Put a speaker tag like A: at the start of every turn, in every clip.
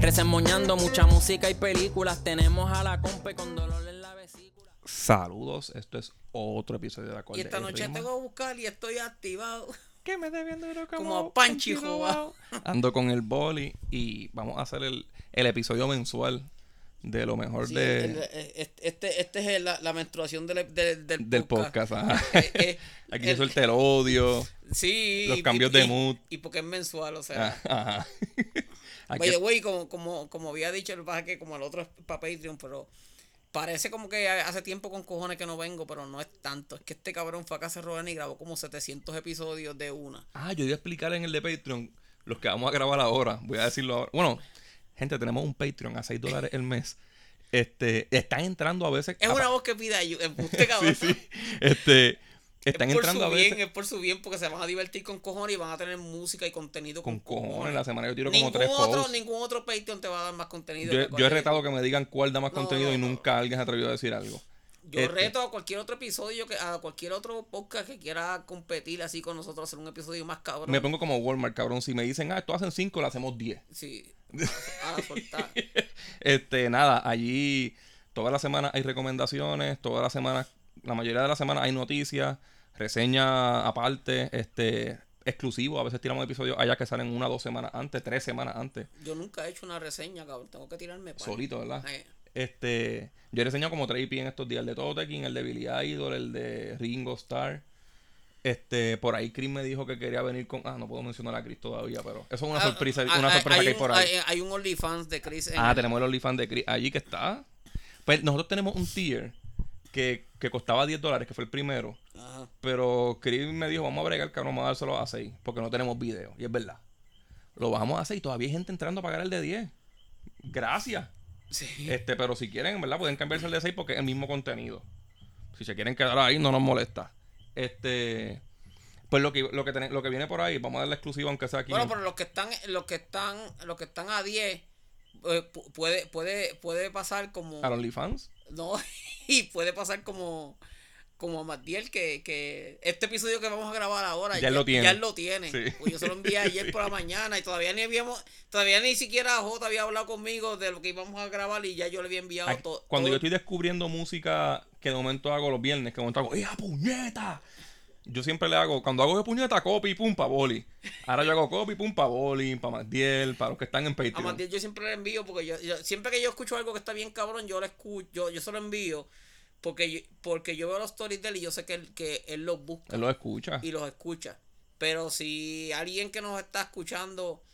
A: Resemoñando mucha música y películas. Tenemos a la compa con dolor en la vesícula.
B: Saludos, esto es otro episodio de la
C: Y esta noche tengo que buscar y estoy activado.
B: que me debiendo pero como,
C: Como a Panchi Jobao.
B: Ando con el boli y vamos a hacer el, el episodio mensual de lo mejor
C: Sí,
B: de,
C: el- el- este, este es el- la, la menstruación del, del, del
B: del podcast. ajá.
C: Eh, eh,
B: Aquí
C: el-
B: se suelta el odio.
C: Sí.
B: Los
C: y-
B: cambios de
C: y-
B: mood.
C: Y porque es mensual, o sea.
B: ah, Ajá. Aquí
C: Oye,
B: es-
C: güey, como, como, como había dicho, el baje que como el otro es para Patreon, pero parece como que hace tiempo con cojones que no vengo, pero no es tanto. Es que este cabrón fue a casa de Rubén y grabó como 700 episodios de una.
B: Ah, yo iba a explicar en el de Patreon los que vamos a grabar ahora. Voy a decirlo ahora. Bueno, gente, tenemos un Patreon a 6 dólares el mes. Este, están entrando a veces.
C: Es
B: a-
C: una voz que pide ayuda. Este cabrón.
B: Ah, Sí, sí. Este, están
C: es por
B: entrando a
C: su
B: veces.
C: bien, es por su bien, porque se van a divertir con cojones y van a tener música y contenido
B: Con
C: con,
B: cojones, la semana yo tiro como
C: eh, Ningún
B: tres
C: otro,
B: posts.
C: ningún otro Patreon te va a dar más
B: Yo,
C: contenido. que
B: yo he
C: cualquier-
B: retado que me digan cuál da más
C: No,
B: contenido y
C: no, no.
B: nunca alguien se ha atrevido a decir algo.
C: Yo
B: Este.
C: reto a cualquier otro episodio, que, a cualquier otro podcast que quiera competir así con nosotros, hacer un episodio más cabrón.
B: Me pongo como Walmart, cabrón. Si me dicen, ah, esto hacen cinco, lo hacemos 10.
C: Sí. Ah, pues A la soltada.
B: Este, nada, allí todas las semanas hay recomendaciones, todas las semanas, la mayoría de las semanas hay noticias, reseñas aparte, este, exclusivo, a veces tiramos episodios allá que salen una, dos semanas antes, tres semanas antes,
C: Yo nunca he hecho una reseña, cabrón. Tengo que tirarme para.
B: solito, ¿verdad?
C: Eh,
B: Este, yo he reseñado como tres IP en estos días, el de Totekin, el de Billy Idol, el de Ringo Starr. Este, por ahí Chris me dijo que quería venir con. Ah, no puedo mencionar a Chris todavía, pero eso es una
C: ah,
B: sorpresa,
C: ah,
B: una
C: ah,
B: sorpresa
C: hay
B: que hay
C: un-
B: por ahí.
C: Hay, hay un OnlyFans de Chris. en-
B: Ah, tenemos el OnlyFans de Chris allí que está. Pues nosotros tenemos un tier que, que costaba 10 dólares, que fue el primero.
C: Ajá.
B: Pero Chris me dijo, vamos a bregar, cabrón, vamos a dárselo a 6, porque no tenemos video. Y es verdad. Lo bajamos a 6 todavía hay gente entrando a pagar el de 10. Gracias.
C: Sí.
B: Este, pero si quieren, en verdad, pueden cambiarse el de 6 porque es el mismo contenido. Si se quieren quedar ahí, no nos molesta. Este. Pues lo que, lo que, ten- lo que viene por ahí, vamos a dar la exclusiva, aunque sea aquí.
C: Bueno, pero los que están, los que están, los que están a 10, eh, pu- puede, puede, puede pasar como.
B: A los OnlyFans.
C: No, y puede pasar como. Como a Matiel, que, que este episodio que vamos a grabar ahora
B: Ya él lo tiene.
C: Ya él lo tiene.
B: Sí.
C: Pues yo se lo envié ayer por la mañana y todavía ni habíamos, todavía ni siquiera J había hablado conmigo de lo que íbamos a grabar y ya yo le había enviado
B: Ay,
C: todo.
B: Cuando yo
C: todo-
B: estoy descubriendo música que de momento hago los viernes, que de momento hago, ¡Ea, puñeta! Yo siempre le hago, cuando hago de puñeta, copy, pum, pa' boli. Ahora yo hago copy, pum, pa' boli, pa' Magdiel, para los que están en
C: A
B: Patreon.
C: Matías yo siempre le envío porque yo, yo- siempre que yo escucho algo que está bien cabrón, yo le escucho, yo, yo se lo envío porque yo, porque yo veo los stories de él y yo sé que él, que él los busca
B: Él los escucha.
C: y los escucha. Pero si alguien que nos está escuchando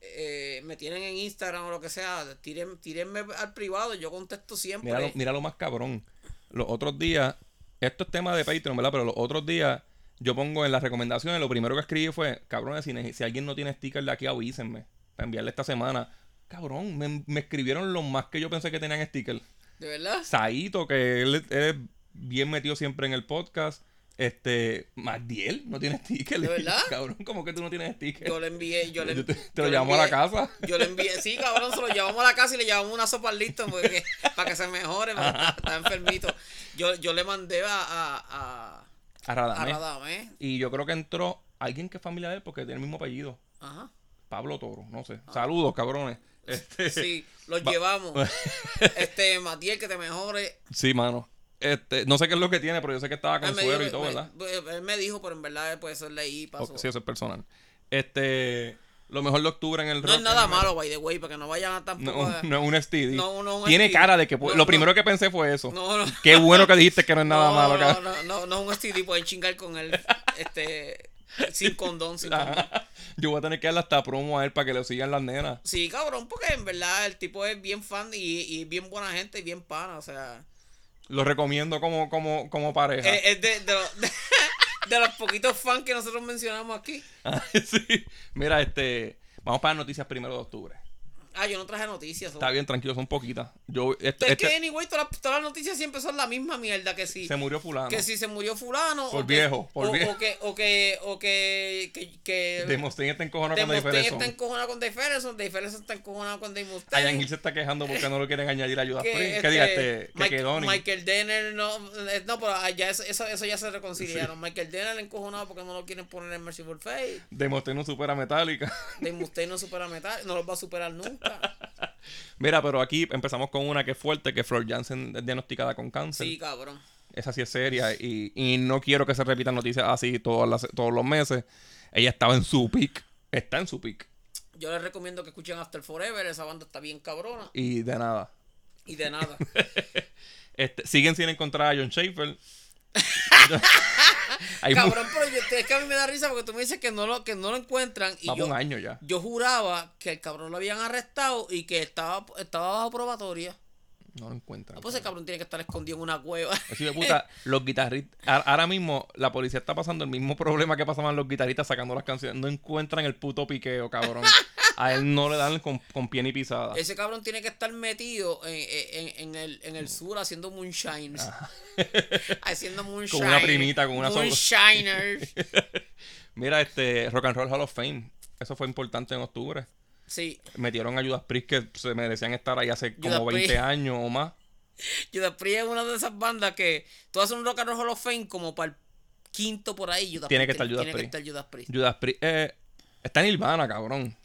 C: eh, me tienen en Instagram o lo que sea, tiren, tírenme al privado, yo contesto siempre.
B: Mira lo, mira lo más cabrón. Los otros días, esto es tema de Patreon, ¿verdad? Pero los otros días, yo pongo en las recomendaciones, lo primero que escribí fue, cabrones, si, ne- si alguien no tiene sticker de aquí, avísenme. Para enviarle esta semana. Cabrón, me, me escribieron los más que yo pensé que tenían sticker.
C: De verdad.
B: Saito, que él, él es bien metido siempre en el podcast. Este, Magdiel no tiene sticker.
C: ¿De verdad?
B: Cabrón, ¿cómo que tú no tienes sticker?
C: Yo le envié, yo le
B: Yo te, te lo
C: yo le
B: llamo a la
C: envié-
B: casa.
C: Yo le envié, sí, cabrón, se lo llevamos a la casa y le llevamos una sopa al listo porque, para que se mejore, porque está, está enfermito. Yo, yo le mandé a, a, a,
B: A
C: a
B: Radamés.
C: Radamés.
B: Y yo creo que entró alguien que es familia de él porque tiene el mismo apellido.
C: Ajá.
B: Pablo Toro, no
C: Ah.
B: sé. Saludos, cabrones. Este,
C: Sí, los llevamos. Este, Matiel, que te mejore.
B: sí, mano. Este, no sé qué es lo que tiene, pero yo sé que estaba con
C: Él Ah, me,
B: suero
C: dijo-
B: y todo,
C: me- pues,
B: ¿verdad?
C: él me dijo, pero en verdad, pues eso leí, pasó.
B: Ok, sí, eso es personal. Este, lo mejor de octubre en el
C: no
B: rock
C: es nada
B: en-
C: malo, by the way, para que no vayan a tampoco.
B: No,
C: a-
B: no es un STD.
C: No, no es un
B: Tiene
C: STD.
B: cara de que. pu-
C: No,
B: lo
C: no.
B: primero que pensé fue eso.
C: No, no.
B: Qué bueno que dijiste que no es nada
C: no,
B: malo.
C: no,
B: cabrón.
C: no, no, no, no es un STD, pueden chingar con él. Este, sin condón, sin condón.
B: Ajá. Yo voy a tener que darle hasta promo a él para que lo sigan las nenas.
C: Sí, cabrón, porque en verdad el tipo es bien fan y, y bien buena gente y bien pana, o sea. eh,
B: Lo recomiendo como, como, como pareja.
C: Es, es de, de, los- de los poquitos fans que nosotros mencionamos aquí.
B: Sí. Mira, este. Vamos para las noticias primero de octubre.
C: Ah, yo no traje noticias.
B: Está
C: so.
B: bien, tranquilo, son poquitas. Yo, esto-
C: Es
B: este-
C: que, anyway, todas las, todas las noticias siempre son la misma mierda que si.
B: se murió fulano.
C: que si se murió fulano.
B: Por
C: o que-
B: viejo, por
C: o,
B: viejo.
C: O que, o que, o que, que, que
B: Demostín está encojonado con
C: Dave Mustaine
B: diferencia.
C: está encojonado con Dave Ferguson, Dave Ferguson está encojonado con Dave Mustaine.
B: Ayan Gil se está quejando porque no lo quieren añadir ayuda
C: que,
B: free. Que
C: este,
B: diga este, que
C: Mike-
B: quedó ni-
C: Michael Denner no, eh, no pero ah, ya eso, eso, eso ya se reconciliaron. Michael Denner encojonado porque no lo quieren poner en Merciful Fate.
B: Demostín no supera a Metallica.
C: Dave Mustaine no supera a Metal, no los va a superar nunca.
B: Mira, pero aquí empezamos con una que es fuerte, que Flor Jansen es diagnosticada con cáncer.
C: Sí, cabrón.
B: Esa sí es seria y, y no quiero que se repitan noticias así todas las- todos los meses. Ella estaba en su pick. Está en su pick.
C: Yo les recomiendo que escuchen After Forever, esa banda está bien cabrona.
B: Y de nada.
C: Y de nada.
B: Este, siguen sin encontrar a John Schaefer. Hay mu-
C: cabrón, pero yo- es que a mí me da risa porque tú me dices que no lo, que no lo encuentran. Y
B: va por
C: yo,
B: un año ya.
C: yo juraba que el cabrón lo habían arrestado y que estaba, estaba bajo probatoria.
B: No lo encuentran. Pues
C: Ah, Pues el cabrón tiene que estar escondido en una cueva.
B: Así de puta, los guitarristas. a- Ahora mismo la policía está pasando el mismo problema que pasaban los guitarristas sacando las canciones. No encuentran el puto piqueo, cabrón. A él no le dan con, con pie ni pisada.
C: Ese cabrón tiene que estar metido en, en- en el, en el sur haciendo moonshines. haciendo moonshine.
B: Ah. una primita, con una sola-
C: Moonshiners.
B: Mira, este Rock and Roll Hall of Fame. Eso fue importante en octubre.
C: Sí.
B: Metieron a Judas Priest que se merecían estar ahí hace como
C: Judas
B: 20
C: Priest.
B: años o más.
C: Judas Priest es una de esas bandas que tú haces un rock and roll Hall of fame como para el quinto por ahí. Judas
B: Tiene que
C: Priest
B: estar Judas
C: tiene
B: Priest.
C: que estar Judas Priest.
B: Judas Priest eh, está en Nirvana, cabrón.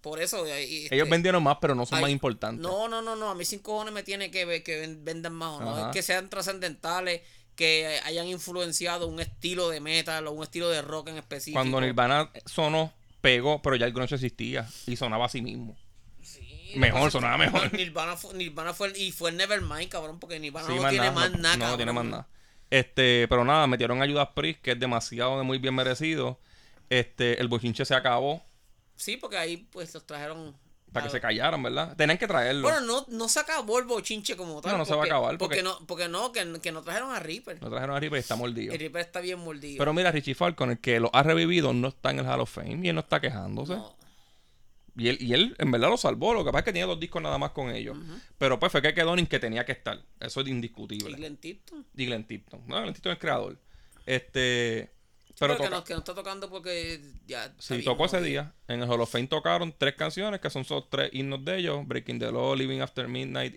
C: Por eso. eh, y-
B: Ellos
C: este,
B: vendieron más, pero no son
C: ay,
B: más importantes.
C: No, no, no, no. A mí sin cojones me tiene que ver que ven- vendan más o no.
B: Ajá.
C: Es que sean trascendentales, que eh, hayan influenciado un estilo de metal o un estilo de rock en específico.
B: Cuando Nirvana sonó, pegó, pero ya el grunge existía y sonaba a sí mismo.
C: Sí,
B: Mejor,
C: lo que pasa es
B: sonaba
C: que
B: mejor.
C: Nirvana fue, Nirvana fue el- y fue el Nevermind, cabrón, porque Nirvana
B: Sí,
C: no tiene
B: nada,
C: más
B: no-
C: nada.
B: No,
C: cabrón.
B: tiene más nada. Este, pero nada, metieron a Judas Priest, que es demasiado de muy bien merecido. Este, el bochinche se acabó
C: Sí, porque ahí pues los trajeron.
B: para
C: a-
B: que se callaran, ¿verdad? Tenían que traerlo.
C: Bueno, no, no se acabó el bochinche como tal.
B: No, no se va a acabar, porque-
C: Porque, no, porque no, que, que no trajeron a Reaper.
B: Lo trajeron a Reaper y está mordido.
C: El Reaper está bien mordido.
B: Pero mira, Richie Falcon, el que lo ha revivido, no está en el Hall of Fame y él no está quejándose.
C: No.
B: Y, él, y él, en verdad, lo salvó. Lo que pasa es que tenía dos discos nada más con ellos. Pero pues fue que quedó en que tenía que estar. Eso es indiscutible.
C: Y Glenn Tipton.
B: Y Glenn Tipton. No, Glenn Tipton es el creador. Este. Pero
C: Pero que
B: toca-
C: no, que no está tocando porque ya. está
B: Sí,
C: bien,
B: tocó ese
C: ¿no?
B: día. En el Hall of Fame tocaron tres canciones que son esos tres himnos de ellos: Breaking the Law, Living After Midnight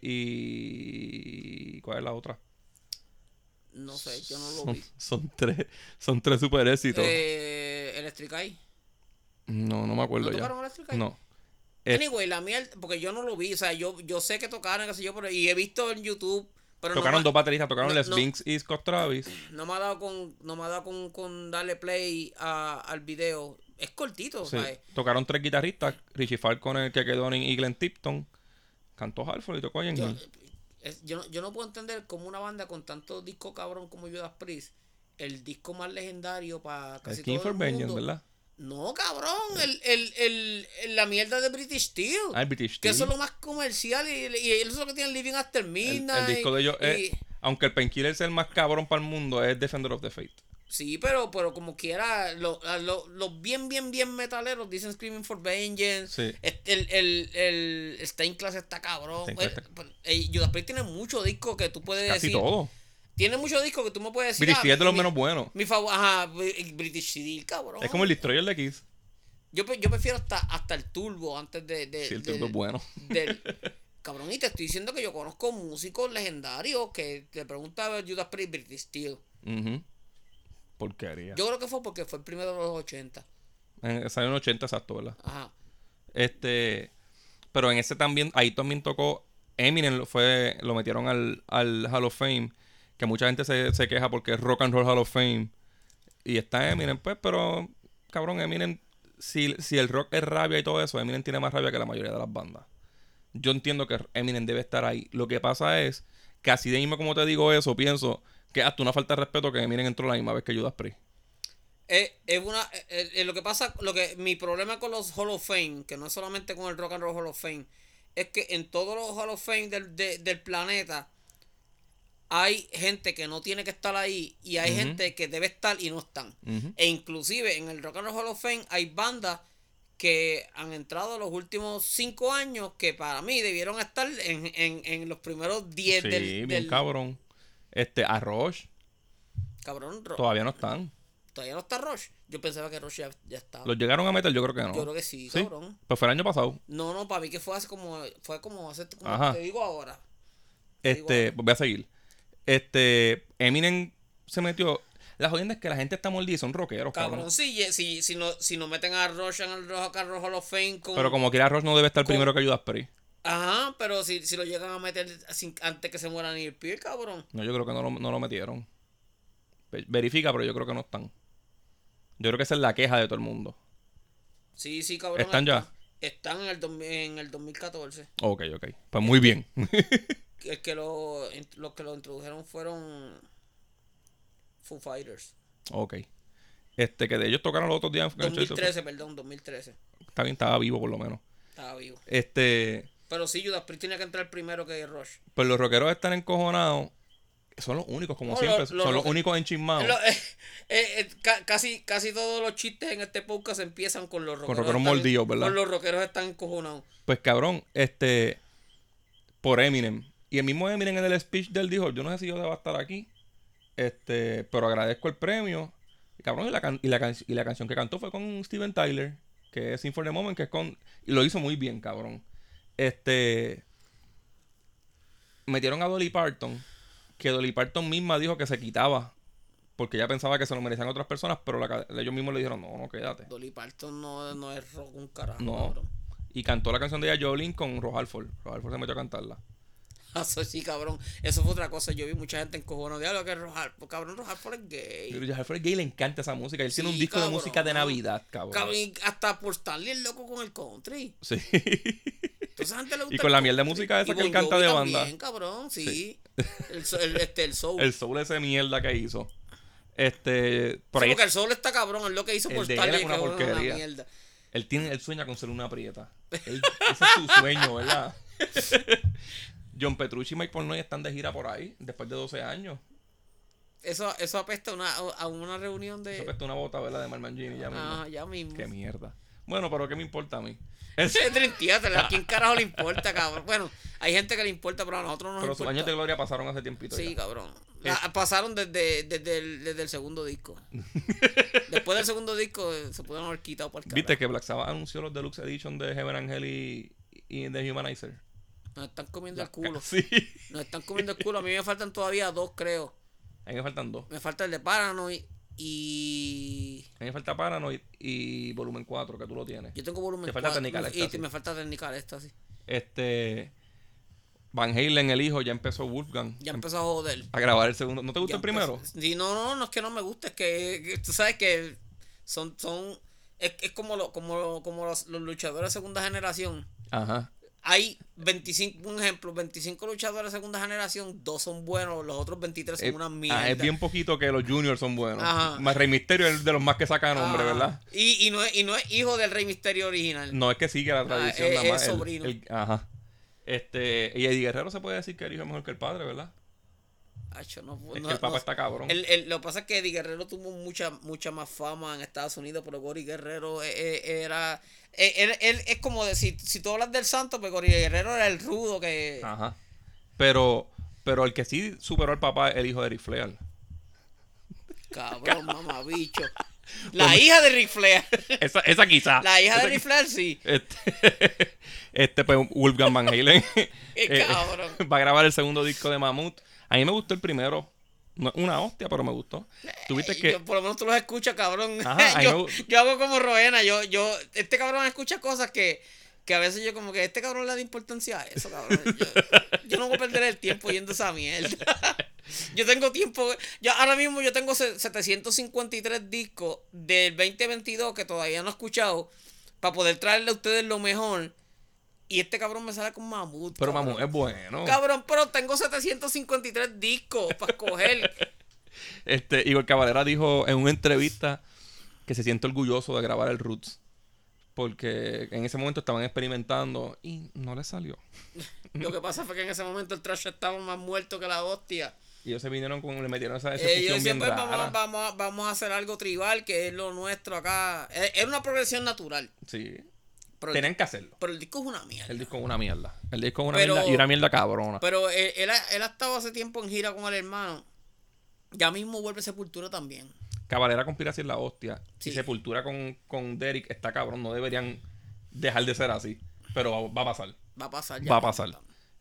B: y. ¿Cuál es la otra?
C: No sé, yo no lo
B: Son,
C: vi.
B: son tres, son tres super éxitos.
C: Eh, Electric Eye.
B: no, no me acuerdo
C: ¿No
B: ya.
C: tocaron Electric Eye?
B: No. Eh,
C: Anyway, la mierda, porque yo no lo vi, o sea, yo, yo sé que tocaron, qué sé yo, pero, y he visto en YouTube, pero
B: tocaron
C: no,
B: dos bateristas, tocaron
C: no,
B: Les
C: no.
B: Binks y Scott Travis.
C: me, no me ha dado con, no me ha dado con, con darle play a- al video. Es cortito,
B: Sí,
C: ¿sabes?
B: Tocaron tres guitarristas, Richie Falcon, el que quedó en y Glenn Tipton. Cantó Halford y tocó Ian
C: Yo,
B: Hill.
C: es- yo no, yo no puedo entender cómo una banda con tanto disco cabrón como Judas Priest, el disco más legendario para
B: El
C: casi
B: King
C: todo
B: for
C: el mundo.
B: Vengeance, ¿verdad?
C: No, cabrón, el, el, el, el- la mierda de British Steel.
B: Ah, el British Steel.
C: Que eso es lo más comercial y, y eso es lo que tienen Living After
B: El, el
C: Midnight.
B: disco de ellos es.
C: y-
B: Aunque el Painkiller es el más cabrón para el mundo, es Defender of the Faith.
C: Sí, pero, pero como quiera, lo- a lo- los bien, bien, bien metaleros dicen Screaming for Vengeance.
B: Sí.
C: Este, el, el, el, Stein Class está cabrón.
B: Stein Class está-
C: Eh, pero, eh, Judas Priest tiene muchos discos que tú puedes
B: Casi
C: decir.
B: todo.
C: Tiene muchos discos que tú me puedes decir.
B: British
C: ah,
B: Steel es de los
C: mi-
B: menos buenos.
C: Mi favor, ajá, Br- British Steel, cabrón.
B: Es como el Destroyer de Kiss.
C: yo, pre- yo prefiero hasta, hasta el Turbo antes de. de
B: Sí, el
C: del-
B: Turbo es bueno.
C: del- cabrón, y te estoy diciendo que yo conozco músicos legendarios que te pregunta Judas Priest, British Steel.
B: Ujú. Porquería.
C: Yo creo que fue porque fue el primero de los 80.
B: Eh, Salió en 80 exacto, ¿verdad?
C: Ajá.
B: Este. Pero en ese también, ahí también tocó Eminem, lo fue, lo metieron al, al Hall of Fame. Que mucha gente se, se queja porque es Rock and Roll Hall of Fame. Y está Eminem, pues, pero cabrón, Eminem, si, si el rock es rabia y todo eso, Eminem tiene más rabia que la mayoría de las bandas. Yo entiendo que Eminem debe estar ahí. Lo que pasa es que así de mismo como te digo eso, pienso que hasta una falta de respeto que Eminem entró la misma vez que Judas Priest.
C: Es, es una, eh, eh, lo que pasa, lo que mi problema con los Hall of Fame, que no es solamente con el Rock and Roll Hall of Fame, es que en todos los Hall of Fame del, de- del planeta hay gente que no tiene que estar ahí y hay gente que debe estar y no están.
B: Ujú.
C: E inclusive en el Rock and Roll Hall of Fame hay bandas que han entrado los últimos cinco años que para mí debieron estar en, en, en los primeros
B: Sí,
C: 10 del,
B: bien
C: del-
B: cabrón. Este, a Roche
C: cabrón, Ro-
B: todavía no están.
C: todavía no está Roche. Yo pensaba que Roche ya, ya estaba.
B: ¿Los llegaron a meter? Yo creo que no.
C: Yo creo que sí, cabrón.
B: Pues fue el año pasado.
C: No, no, para mí que fue hace como fue como hace como
B: Ajá.
C: te digo ahora.
B: Este,
C: Igual.
B: pues voy a seguir. Este, Eminem se metió. La jodienda es que la gente está mordida y son rockeros, cabrón.
C: Cabrón, si, si, si, no, si no meten a Roche en el Rock and Roll Hall of Fame con-
B: Pero como quiera, Roche no debe estar
C: Con-
B: primero que Judas Priest.
C: Ajá, pero si, si lo llegan a meter sin- antes que se muera Neil Peart, cabrón.
B: No, yo creo que no lo, no lo metieron. Ve- Verifica, pero yo creo que no están. Yo creo que esa es la queja de todo el mundo.
C: Sí, sí, cabrón.
B: ¿Están ya?
C: Están en el, dos- en el 2014.
B: Ok, ok. Pues muy bien.
C: El que lo, los que lo introdujeron fueron Foo Fighters.
B: ok. Este, que de ellos tocaron los otros días en Fucking Choice.
C: 2013, perdón, 2013.
B: Está bien, estaba vivo por lo menos.
C: Estaba vivo.
B: Este,
C: Pero sí, Judas Priest tenía que entrar primero que Rush.
B: pues los rockeros están encojonados. Son los únicos, como
C: No,
B: siempre.
C: los- los
B: son los
C: rocker-
B: únicos enchismados.
C: Lo- eh, eh, eh, ca- casi, casi todos los chistes en este podcast empiezan con los rockeros.
B: rockeros
C: están-
B: mordidos, ¿verdad?
C: Con los rockeros están encojonados.
B: Pues cabrón, este. Por Eminem. Y el mismo Eminem en el speech del dijo: Yo no sé si yo debo estar aquí. Este. Pero agradezco el premio. Y cabrón, y la, can- y la, can- y la canción que cantó fue con Steven Tyler. Que es Sing for the Moment, que es con. Y lo hizo muy bien, cabrón. Este. Metieron a Dolly Parton. Que Dolly Parton misma dijo que se quitaba. Porque ella pensaba que se lo merecían otras personas. Pero la ca- ellos mismos le dijeron: No, no, quédate.
C: Dolly Parton no, no es rock un carajo.
B: No.
C: cabrón.
B: Y cantó la canción de ella Jolene con Rojalford. Rojalford se metió a cantarla.
C: Ah, Eso sí, cabrón. Eso fue otra cosa. Yo vi mucha gente encojonada. Diablo, que es Rojar. Pues, cabrón, Rojar es
B: Pero
C: gay.
B: Rojalford Gay le encanta esa música. Él tiene un
C: Eh. Sí,
B: disco de
C: cabrón.
B: música de Navidad, cabrón.
C: Cabrón, y hasta por Stanley el loco con el country.
B: Sí.
C: Entonces, a gente le gusta
B: y con la
C: el
B: mierda de
C: country.
B: música esa
C: Y
B: que él
C: Bon
B: canta
C: Jovi
B: de
C: también,
B: banda.
C: cabrón, sí. El, so- el- este, el soul.
B: El soul ese de mierda que hizo. Este. Por
C: Sí,
B: ahí.
C: porque el soul está cabrón. Es lo que hizo
B: El
C: por
B: de él
C: Stanley.
B: es una
C: que es
B: porquería.
C: mierda.
B: Él tiene, él sueña con ser una prieta. Él- ese es su sueño, ¿verdad? John Petrucci y Mike Pornoy están de gira por ahí, después de 12 años.
C: Eso, eso apesta a una, a una reunión de.
B: Eso apesta una bota, ¿verdad? De Marmangini ya mismo.
C: Ah, ya mismo.
B: Qué mierda. Bueno, pero ¿qué me importa a mí?
C: Ese es Dream Theater, ¿A quién carajo le importa, cabrón? Bueno, hay gente que le importa, pero a nosotros no nos
B: Pero sus
C: importa.
B: años de gloria pasaron hace tiempito
C: Sí,
B: ya.
C: cabrón. La- pasaron desde, desde, el, desde el segundo disco. Después del segundo disco eh, se pudieron haber quitado por el carajo.
B: Viste que Black Sabbath anunció los Deluxe Edition de Heaven Angel y, y The Humanizer.
C: Nos están comiendo el culo.
B: Sí.
C: Nos están comiendo el culo. A mí me faltan todavía dos, creo.
B: A mí me faltan dos.
C: Me falta el de Paranoid y...
B: A mí me falta Paranoid y Volumen 4, que tú lo tienes.
C: Yo tengo volumen
B: Te falta
C: cuatro,
B: Technical
C: Y
B: Ecstasy.
C: me falta Technical Ecstasy.
B: Este. Van Halen, el hijo, ya empezó Wolfgang.
C: Ya empezó a joder.
B: A grabar el segundo. ¿No te gusta
C: Ya
B: el primero?
C: empezó- Sí, no, no, no es que no me gusta, es que, que tú sabes que son... son es, es como, lo, como, lo- como los, los luchadores de segunda generación.
B: Ajá.
C: Hay 25, un ejemplo, 25 luchadores de segunda generación, dos son buenos, los otros 23 son
B: Eh,
C: una mierda.
B: ah, es bien poquito que los juniors son buenos.
C: Ajá.
B: Más Rey Misterio es de los más que sacan
C: Ah,
B: nombre, ¿verdad?
C: Y, y, no es, y no es hijo del Rey Misterio original.
B: No es que sigue la tradición
C: Ah, es-
B: nada más.
C: es
B: el-
C: sobrino.
B: el- ajá. Este, y Eddie Guerrero se puede decir que el hijo es mejor que el padre, ¿verdad?
C: Acho, no,
B: Es
C: no-
B: que el papá
C: no-
B: está cabrón.
C: el- el- lo que pasa es que Eddie Guerrero tuvo mucha mucha más fama en Estados Unidos, pero Gory Guerrero eh, eh, era. eh, él, él es como decir, si tú hablas del santo, pues Gory Guerrero era el rudo que.
B: Ajá. Pero, pero el que sí superó al papá es el hijo de Ric Flair.
C: Cabrón, mamabicho.
B: Pues
C: La hija de Ric Flair.
B: Esa, esa quizá.
C: La hija
B: Esa
C: de Ric Flair, sí.
B: qui- Este, este pues, Wolfgang Van Halen. eh,
C: cabrón.
B: va a grabar el segundo disco de Mammoth. A mí me gustó el primero. No, una hostia, pero me gustó. Tuviste
C: Y
B: que.
C: yo- por lo menos tú los escuchas, cabrón.
B: Ajá, I
C: yo,
B: know.
C: yo hago como Roena. Yo, yo, este cabrón escucha cosas que, que a veces yo como que este cabrón le da importancia a eso, cabrón. Yo, yo no voy a perder el tiempo yendo a esa mierda. Yo tengo tiempo. Yo ahora mismo yo tengo se- 753 discos del 2022 que todavía no he escuchado para poder traerle a ustedes lo mejor. Y este cabrón me sale con mamut.
B: Pero eh,
C: cabrón.
B: Mammoth es bueno.
C: Cabrón, pero tengo 753 discos para escoger.
B: Este, Igor Cabalera dijo en una entrevista que se siente orgulloso de grabar el Roots. Porque en ese momento estaban experimentando y no le salió.
C: Lo que pasa fue que en ese momento el trash estaba más muerto que la hostia.
B: Y ellos se vinieron con. Le metieron esa esa
C: Ellos
B: fusión bien
C: decían, pues vamos,
B: rara.
C: a- vamos, a- vamos a hacer algo tribal, que es lo nuestro acá. Es- Era una progresión natural.
B: Sí.
C: Pero,
B: Tenían que hacerlo.
C: pero el disco es una mierda.
B: El disco es una mierda. El disco es una
C: Pero-
B: mierda y una mierda cabrona.
C: Pero él, él ha, él ha estado hace tiempo en gira con el hermano. Ya mismo vuelve Sepultura también.
B: Cabalera con Piracia es la hostia.
C: Sí.
B: Y Sepultura con, con Derek está cabrón. No deberían dejar de ser así. Pero va, va a pasar.
C: Va a pasar ya.
B: va a pasar.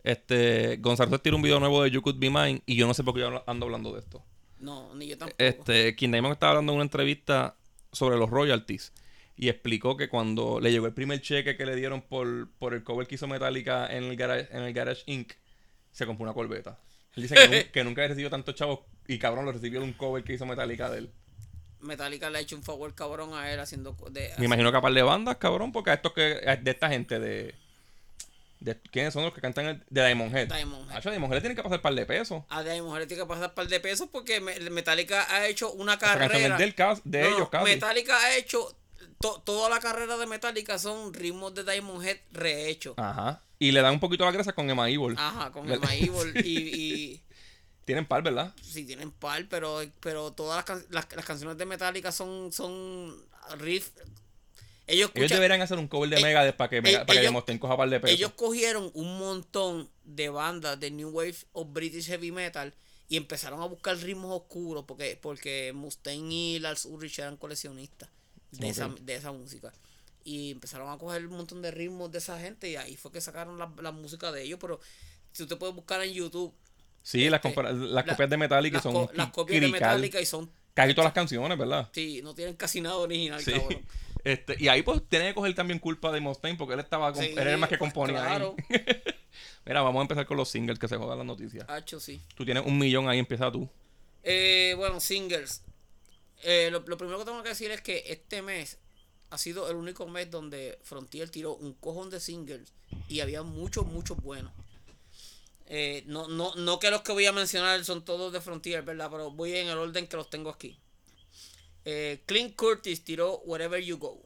B: Este, Gonzalo tira un video nuevo de You Could Be Mine y yo no sé por qué yo hablo- ando hablando de esto.
C: No, ni yo tampoco.
B: Este, King Diamond estaba hablando en una entrevista sobre los royalties y explicó que cuando le llegó el primer cheque que le dieron por, por el cover que hizo Metallica en el Garage, en el garage Inc., se compró una corbeta. Él dice que, nun- que nunca había recibido tantos chavos y cabrón lo recibió de un cover que hizo Metallica de él.
C: Metallica le ha hecho un favor cabrón a él haciendo. co- De,
B: Me imagino que a par de bandas, cabrón, porque a estos que, a- de esta gente de, de- ¿Quiénes son los que cantan el- de Diamond Head?
C: Diamond Head.
B: Acho, Diamond Head le tienen que pasar par de pesos.
C: A Dave Mujer le tiene que pasar par de pesos porque me- Metallica ha hecho una
B: Esa canción
C: carrera.
B: es del cas- de
C: No, no,
B: ellos casi.
C: Metallica ha hecho. to- toda la carrera de Metallica son ritmos de Diamond Head rehechos.
B: Ajá. Y le dan un poquito las gracias con Emma Evil.
C: Ajá, con
B: ¿Verdad?
C: Emma Evil y, y
B: Tienen par, ¿verdad?
C: si tienen par, pero, pero todas las, can- las, las canciones de Metallica son, son riff. Ellos,
B: Ellos
C: escuchan-
B: deberían hacer un cover de
C: eh,
B: Megadeth para que, Mega-
C: eh,
B: para que
C: ellos-
B: Demosten coja par de pesos.
C: ellos cogieron un montón de bandas de New Wave o British Heavy Metal y empezaron a buscar ritmos oscuros porque, porque Mustaine y Lars Ulrich eran coleccionistas de,
B: Ok.
C: esa, de esa música. Y empezaron a coger un montón de ritmos de esa gente y ahí fue que sacaron la, la música de ellos. Pero si usted puede buscar en YouTube
B: sí, las,
C: este,
B: compara- las
C: la-
B: copias de Metallica
C: las,
B: son
C: co-
B: un
C: las copias de
B: crical.
C: Metallica y son...
B: Casi todas las canciones, ¿verdad?
C: Sí, no tienen casi nada original,
B: Sí.
C: cabrón.
B: Este, y ahí pues tiene que coger también culpa de Mustaine porque él estaba con-
C: Sí,
B: él era el más que
C: pues,
B: componía ahí.
C: claro.
B: Mira, vamos a empezar con los singles que se jodan las noticias.
C: Hacho, sí.
B: Tú tienes un millón ahí, empieza tú.
C: Eh, bueno, singles. Eh, lo, lo primero que tengo que decir es que este mes ha sido el único mes donde Frontier tiró un cojón de singles y había muchos, muchos buenos. Eh, no, no, no que los que voy a mencionar son todos de Frontier, ¿verdad? Pero voy en el orden que los tengo aquí. Eh, Clint Curtis tiró Wherever You Go.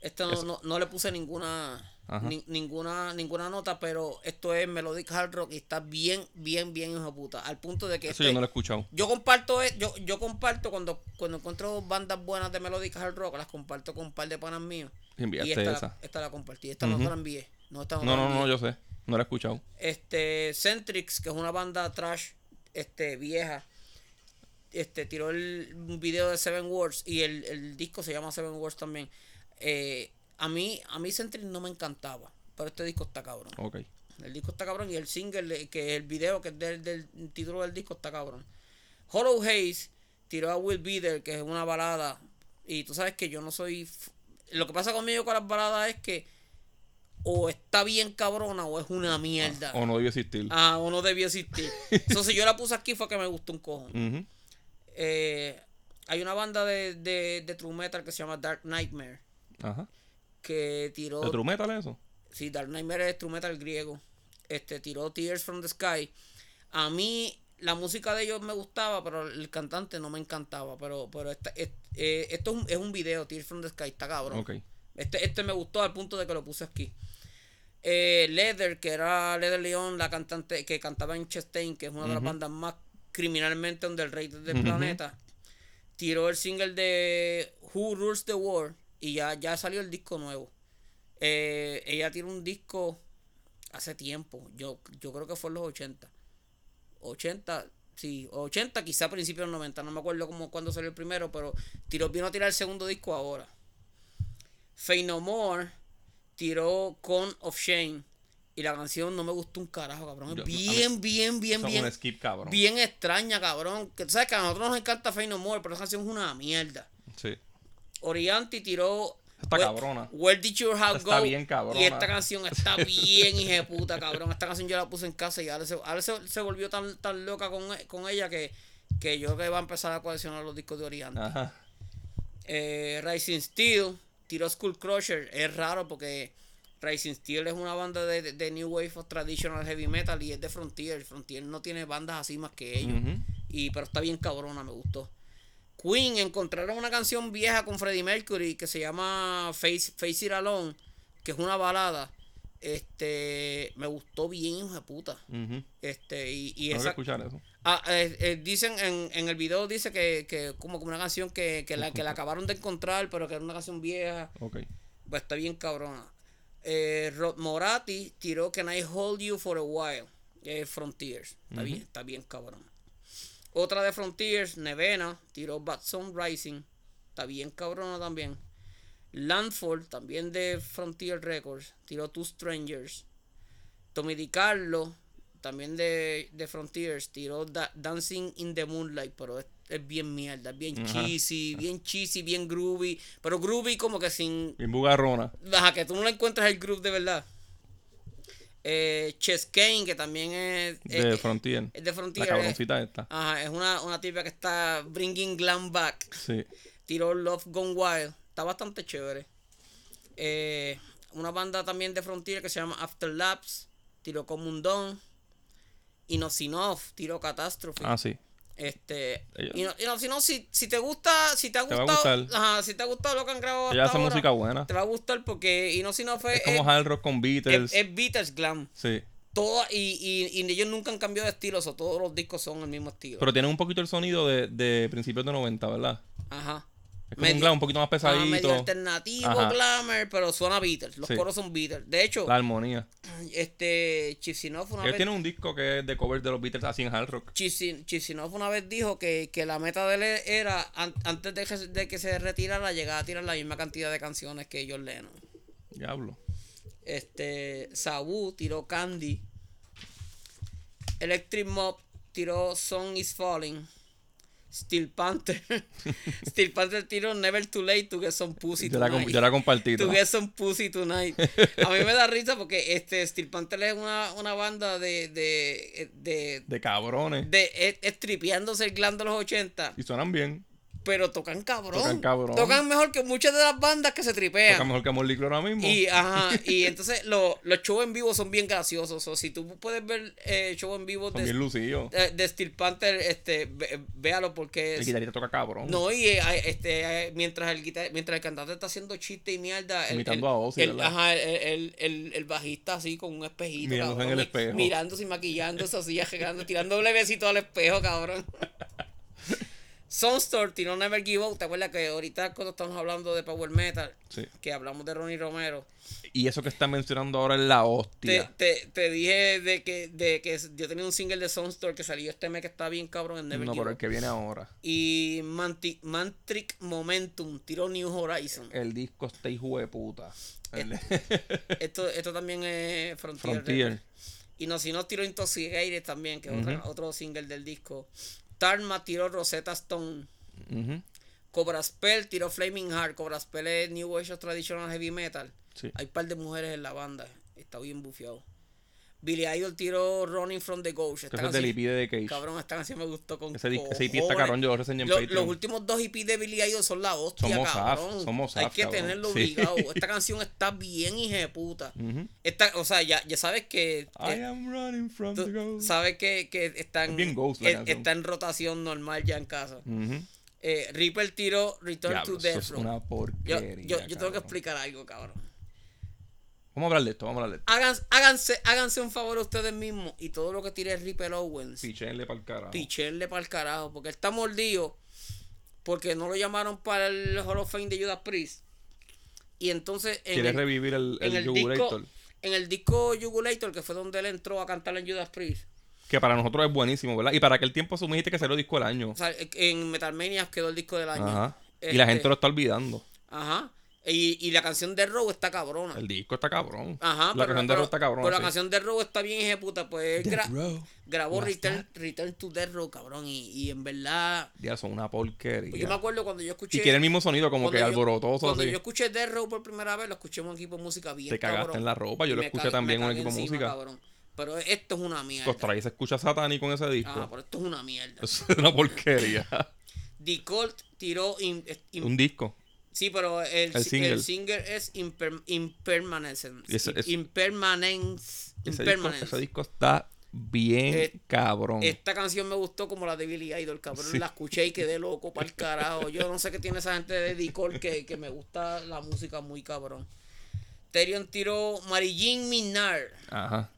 C: Esto no,
B: Eso.
C: no, no le puse ninguna,
B: Ajá.
C: ni- ninguna ninguna nota, pero esto es Melodic Hard Rock y está bien, bien, bien hijo de puta. Al punto de que
B: Eso
C: este-
B: yo no lo he escuchado.
C: yo comparto, eh, yo, yo comparto cuando, cuando encuentro bandas buenas de Melodic Hard Rock, las comparto con un par de panas míos.
B: Enviaste
C: y esta,
B: esa.
C: La, esta la compartí, esta no
B: Ujú.
C: te la envié. No, esta
B: No,
C: te la
B: no, no,
C: envié.
B: yo sé. No lo he escuchado.
C: Este, Centrix, que es una banda trash, este, vieja, este, tiró el, un video de Seven Words y el, el disco se llama Seven Words también. Eh, a mí, a mí Centrix no me encantaba, pero este disco está cabrón.
B: Ok.
C: El disco está cabrón y el single, eh, que el video que es del, del título del disco está cabrón. Hollow Haze tiró a Will Beater, que es una balada. Y tú sabes que yo no soy. f- Lo que pasa conmigo con las baladas es que o está bien cabrona o es una mierda.
B: O no debió existir.
C: Ah, o no debió existir. Entonces yo la puse aquí fue que me gustó un cojón.
B: Ujú.
C: Eh, hay una banda de, de, de True Metal que se llama Dark Nightmare.
B: Ajá.
C: Que tiró.
B: ¿De True Metal eso?
C: Sí, Dark Nightmare es true metal griego. Este, tiró Tears from the Sky. A mí, la música de ellos me gustaba, pero el cantante no me encantaba. Pero, pero esta- es- eh, esto es un, es un video, Tears from the Sky, está cabrón.
B: Ok.
C: Este, este me gustó al punto de que lo puse aquí. Eh, Leather, que era Leather Leon, la cantante que cantaba en Chastain, que es una de las bandas más criminalmente underrated del
B: Ujú.
C: planeta, tiró el single de Who Rules the World y ya, ya salió el disco nuevo. Eh, ella tiró un disco hace tiempo, yo, yo creo que fue en los 80. 80, sí, 80, quizá a principios de los 90, no me acuerdo cómo, cuándo salió el primero, pero tiró, vino a tirar el segundo disco ahora. Fey No More tiró Con of Shame y la canción no me gustó un carajo, cabrón. Es
B: Yo- a mí-
C: bien, bien, bien,
B: Eso es
C: bien.
B: un skip, cabrón.
C: Bien extraña, cabrón. Que tú sabes que a nosotros nos encanta Fey No More, pero esa canción es una mierda.
B: Sí.
C: Orianti tiró.
B: Está
C: Where-
B: cabrona.
C: Where Did Your Heart
B: Está
C: Go?
B: bien cabrona.
C: Y esta canción está bien, hija de puta, cabrón. Esta canción yo la puse en casa y ahora se, ahora se, se volvió tan, tan loca con, con ella que, que yo que va a empezar a coleccionar los discos de Orianti.
B: Ajá.
C: Eh, Rising Steel tiró School Crusher. Es raro porque Rising Steel es una banda de, de- de New Wave of Traditional Heavy Metal y es de Frontier. Frontier no tiene bandas así más que ellos.
B: Ujú.
C: y, pero está bien cabrona, me gustó. Queen encontraron una canción vieja con Freddie Mercury que se llama Face, Face It Alone, que es una balada. Este me gustó bien, hijo de puta.
B: Ujú.
C: Este, y, y
B: Tengo que
C: esa,
B: escuchar eso.
C: Ah, eh, eh, dicen en, en el video dice que, que como como una canción que, que la, que la acabaron de encontrar, pero que era una canción vieja.
B: Ok.
C: Pues está bien cabrona. Eh, Rod Morati tiró Can I Hold You for a While. eh, Frontiers. Está bien, está bien cabrona. Otra de Frontiers, Nevena, tiró Bad Sun Rising. Está bien cabrona también. Landfall, también de Frontier Records, tiró Two Strangers. Tommy Di Carlo, también de, de Frontiers, tiró Da- Dancing in the Moonlight, pero es, es bien mierda, es bien cheesy, bien cheesy, bien groovy, pero groovy como que sin...
B: Bien bugarrona.
C: Ajá, que tú no le encuentras el groove de verdad. Eh, Chess Kane, que también es...
B: De
C: eh,
B: Frontier.
C: es de Frontier, eh. Ah.
B: La cabroncita esta.
C: Ajá, es una, una tipa que está bringing glam back
B: Sí.
C: tiró Love Gone Wild. Está bastante chévere. Eh, una banda también de Frontier que se llama Afterlapse. Tiró Common Dawn. Inosinov tiró Catástrofe.
B: Ah, sí.
C: Este,
B: Ellos-
C: y no, y no, si no, si, si te gusta, si te ha
B: Te va a
C: gustado,
B: gustar.
C: ajá, si te ha gustado lo que han grabado
B: Ella hace
C: hasta ahora,
B: música buena.
C: te va a gustar porque y no si no fue
B: Es como
C: es,
B: hard rock con Beatles.
C: es- es Beatles glam.
B: Sí.
C: Toda, y, y, y ellos nunca han cambiado de estilo, o sea, todos los discos son el mismo estilo.
B: Pero tiene un poquito el sonido de, de principios de 90, ¿verdad?
C: ajá.
B: Es como un
C: Medio-
B: glam un poquito más
C: Ah, medio
B: pesadito.
C: alternativo,
B: Ajá.
C: glamour, pero suena Beatles. Los
B: Sí.
C: coros son Beatles. De hecho,
B: la armonía.
C: este Chipsinov una
B: Ellos
C: vez
B: tienen un disco que es de covers de los Beatles así en hard rock.
C: Chipsin- Chipsinov una vez dijo que, que la meta de él era an- antes de que, se- de que se retirara llegar a tirar la misma cantidad de canciones que John Lennon.
B: Diablo.
C: Este Sabu tiró Candy. Electric Mob tiró Song is Falling. Steel Panther. Steel Panther tiró Never Too Late to Get Some Pussy
B: Yo la, comp-
C: Tonight.
B: yo la compartí.
C: To
B: ¿no?
C: get some pussy tonight. A mí me da risa porque este Steel Panther es una, una banda de de de,
B: De cabrones.
C: de- es- estripeándose el glam de los 80,
B: Y suenan bien.
C: pero tocan cabrón.
B: Tocan cabrón.
C: Tocan mejor que muchas de las bandas que se tripean.
B: Toca mejor que Amor Licor ahora mismo.
C: Y, ah, ajá, y entonces lo- los shows en vivo son bien graciosos. O si tú puedes ver eh, shows en vivo
B: Son bien
C: de, eh,
B: lucidos.
C: de, de Steel Panther, este, ve- véalo porque
B: El
C: es-
B: guitarrista toca cabrón.
C: no, y eh, eh, este, eh, mientras, el guitar mientras el cantante está haciendo chiste y mierda. el-
B: Imitando
C: el-
B: a Ozzy,
C: el-
B: ¿verdad?
C: ajá, el, el- el- el bajista así con un espejito.
B: Mirándose en
C: cabrón,
B: el
C: y-
B: espejo.
C: Mirándose y maquillándose así, arreglando, tirando besito al espejo, cabrón. Soundstore tiró Never Give Up. ¿Te acuerdas que ahorita cuando estamos hablando de Power Metal,
B: Sí.
C: que hablamos de Ronnie Romero,
B: Y eso que están mencionando ahora es la
C: te,
B: hostia.
C: te, te dije de que, de que yo tenía un single de Soundstore que salió este mes que está bien cabrón en Never
B: no,
C: Give
B: pero
C: Up.
B: el que viene ahora.
C: Y Manti- Mantric Momentum tiró New Horizon.
B: El disco está hijo de puta. El-
C: Este, Esto, esto también es Frontier.
B: Frontier.
C: Records. Y no, si no tiró Intoxicated también, que es otra- otro single del disco. Tarma tiró Rosetta Stone.
B: Ujú.
C: Cobra Spell tiró Flaming Heart. Cobra Spell es New Age of Traditional Heavy Metal.
B: Sí.
C: Hay un par de mujeres en la banda. Está bien bufiado. Billy Idol tiró Running from the Ghost.
B: Que
C: Esta
B: eso es del
C: canción-
B: IP de Cage.
C: Cabrón, esta canción me gustó con
B: Ese, di- ese IP está
C: cojones.
B: cabrón, yo lo reseñé en
C: Lo-
B: Patreon.
C: Los últimos dos IP de Billy Idol son la hostia,
B: Somos saf,
C: cabrón.
B: somos
C: Hay
B: saf,
C: que
B: cabrón.
C: tenerlo
B: Sí.
C: obligado. Esta canción está bien hijeputa.
B: Ujú.
C: Esta, o sea, ya, ya sabes que, que-
B: I am running from
C: Eh, tú
B: the ghost.
C: sabes que, que está, en,
B: Es bien ghost la
C: eh,
B: canción.
C: está en rotación normal ya en casa.
B: Ujú.
C: Eh, Reaper tiró Return
B: Diablo,
C: to
B: eso
C: Death
B: es
C: Row.
B: una
C: Yo,
B: porquería.
C: yo, yo tengo que
B: cabrón.
C: explicar algo, cabrón.
B: Vamos a hablar de esto, vamos a hablar de esto.
C: Hagan- háganse, háganse un favor a ustedes mismos y todo lo que tire Reaper Owens.
B: Pichenle para el carajo.
C: pichenle para el carajo, porque él está mordido, porque no lo llamaron para el Hall of Fame de Judas Priest. Y entonces en
B: Quiere
C: el,
B: revivir el,
C: en
B: el,
C: el
B: Jugulator,
C: disco en el disco Jugulator, que fue donde él entró a cantar en Judas Priest.
B: Que para nosotros es buenísimo, ¿verdad? Y para aquel tiempo asumiste que salió disco del año.
C: O sea, e, en Metalmania quedó el disco del año.
B: Ajá. Y la
C: Este,
B: gente lo está olvidando.
C: Ajá. Y, y la canción de Row está cabrona.
B: El disco está cabrón.
C: Ah. Ajá,
B: La canción de Rock está cabrón.
C: pero la
B: sí.
C: canción de Row está bien ejeputa, pues él gra-
B: Row.
C: grabó
B: What's
C: Return, Return to Death Row, cabrón, y, y en verdad,
B: Ya son una
C: Pues yo
B: porquería.
C: me acuerdo cuando yo escuché...
B: y quiere el mismo sonido como
C: Cuando
B: que
C: yo-
B: alborotoso
C: Cuando
B: así.
C: yo escuché Death Row por primera vez, lo escuché en un equipo de música bien
B: Te cagaste
C: cabrón.
B: en la ropa, yo
C: Y
B: lo
C: me
B: escuché
C: cagué-
B: también
C: me
B: en un
C: cagué
B: equipo de
C: encima,
B: música.
C: cabrón. Pero esto es una mierda.
B: Costra ahí se escucha satánico en ese disco.
C: Ah, pero esto es una mierda.
B: Es una porquería.
C: The Colt tiró... in- es- in-
B: un disco.
C: sí, pero el,
B: el
C: si-
B: single.
C: el single es imper- Impermanence.
B: Y ese- ese-
C: Impermanence.
B: Ese disco,
C: Impermanence.
B: ese disco está bien
C: Eh,
B: cabrón.
C: Esta canción me gustó como la de Billy Idol, cabrón.
B: Sí.
C: La escuché y quedé loco para el carajo. Yo no sé qué tiene esa gente de Dicor que, que me gusta la música muy cabrón. Terion tiró Marillín Minar.
B: Ajá.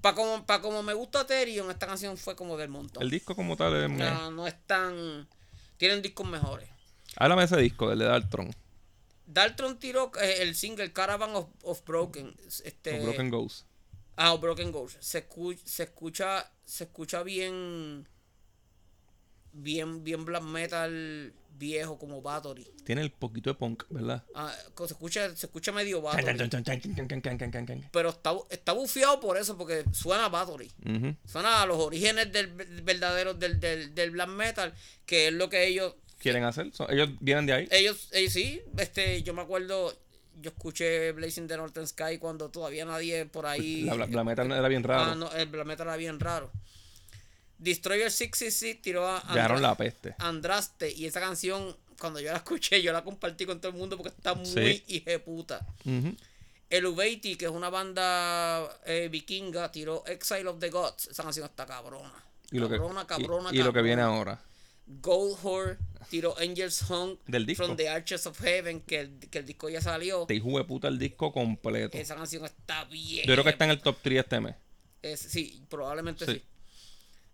C: Para como, pa como me gusta Terion, esta canción fue como del montón.
B: El disco eh. como tal
C: Ah.
B: es...
C: no, no es tan. Tienen discos mejores.
B: Háblame de ese disco, del de Dartron.
C: Daltron tiró eh, el single Caravan of, of Broken. Este,
B: Los Broken Ghosts.
C: Ah, of Broken Ghost. Se, escu- se escucha se escucha bien bien bien black metal viejo como Battery.
B: Tiene el poquito de punk, ¿verdad?
C: Ah, co- se escucha se escucha medio
B: Can, can,
C: Battery,
B: can, can, can, can, can, can, can, can.
C: pero está bu- está bufiado por eso porque suena a Battery.
B: Ujú.
C: Suena a los orígenes del del verdadero del, del, del black metal, que es lo que ellos
B: ¿Quieren hacer? So- ellos vienen de ahí.
C: ellos, ellos sí, este, yo me acuerdo, yo escuché Blazing the Northern Sky cuando todavía nadie por ahí.
B: La, la, la metal era bien raro.
C: Ah, no, el Black Metal era bien raro. Destroyer 666 tiró a Andra-
B: Llegaron la peste.
C: Andraste y esa canción, cuando yo la escuché, yo la compartí con todo el mundo porque está muy
B: Sí.
C: hijeputa.
B: Ujú.
C: El Uveiti, que es una banda eh, vikinga, tiró Exile of the Gods. Esa canción está cabrona.
B: Y lo que,
C: cabrona,
B: y-
C: cabrona,
B: y lo que
C: cabrona.
B: viene ahora.
C: Gold Whore tiró Angels Hung
B: Del disco.
C: From the Arches of Heaven, que el, que el disco ya salió.
B: Te Este hijo de puta el disco completo.
C: Esa canción está bien.
B: Yo creo que está en el top 3 este mes.
C: Es- sí, probablemente sí.
B: Sí.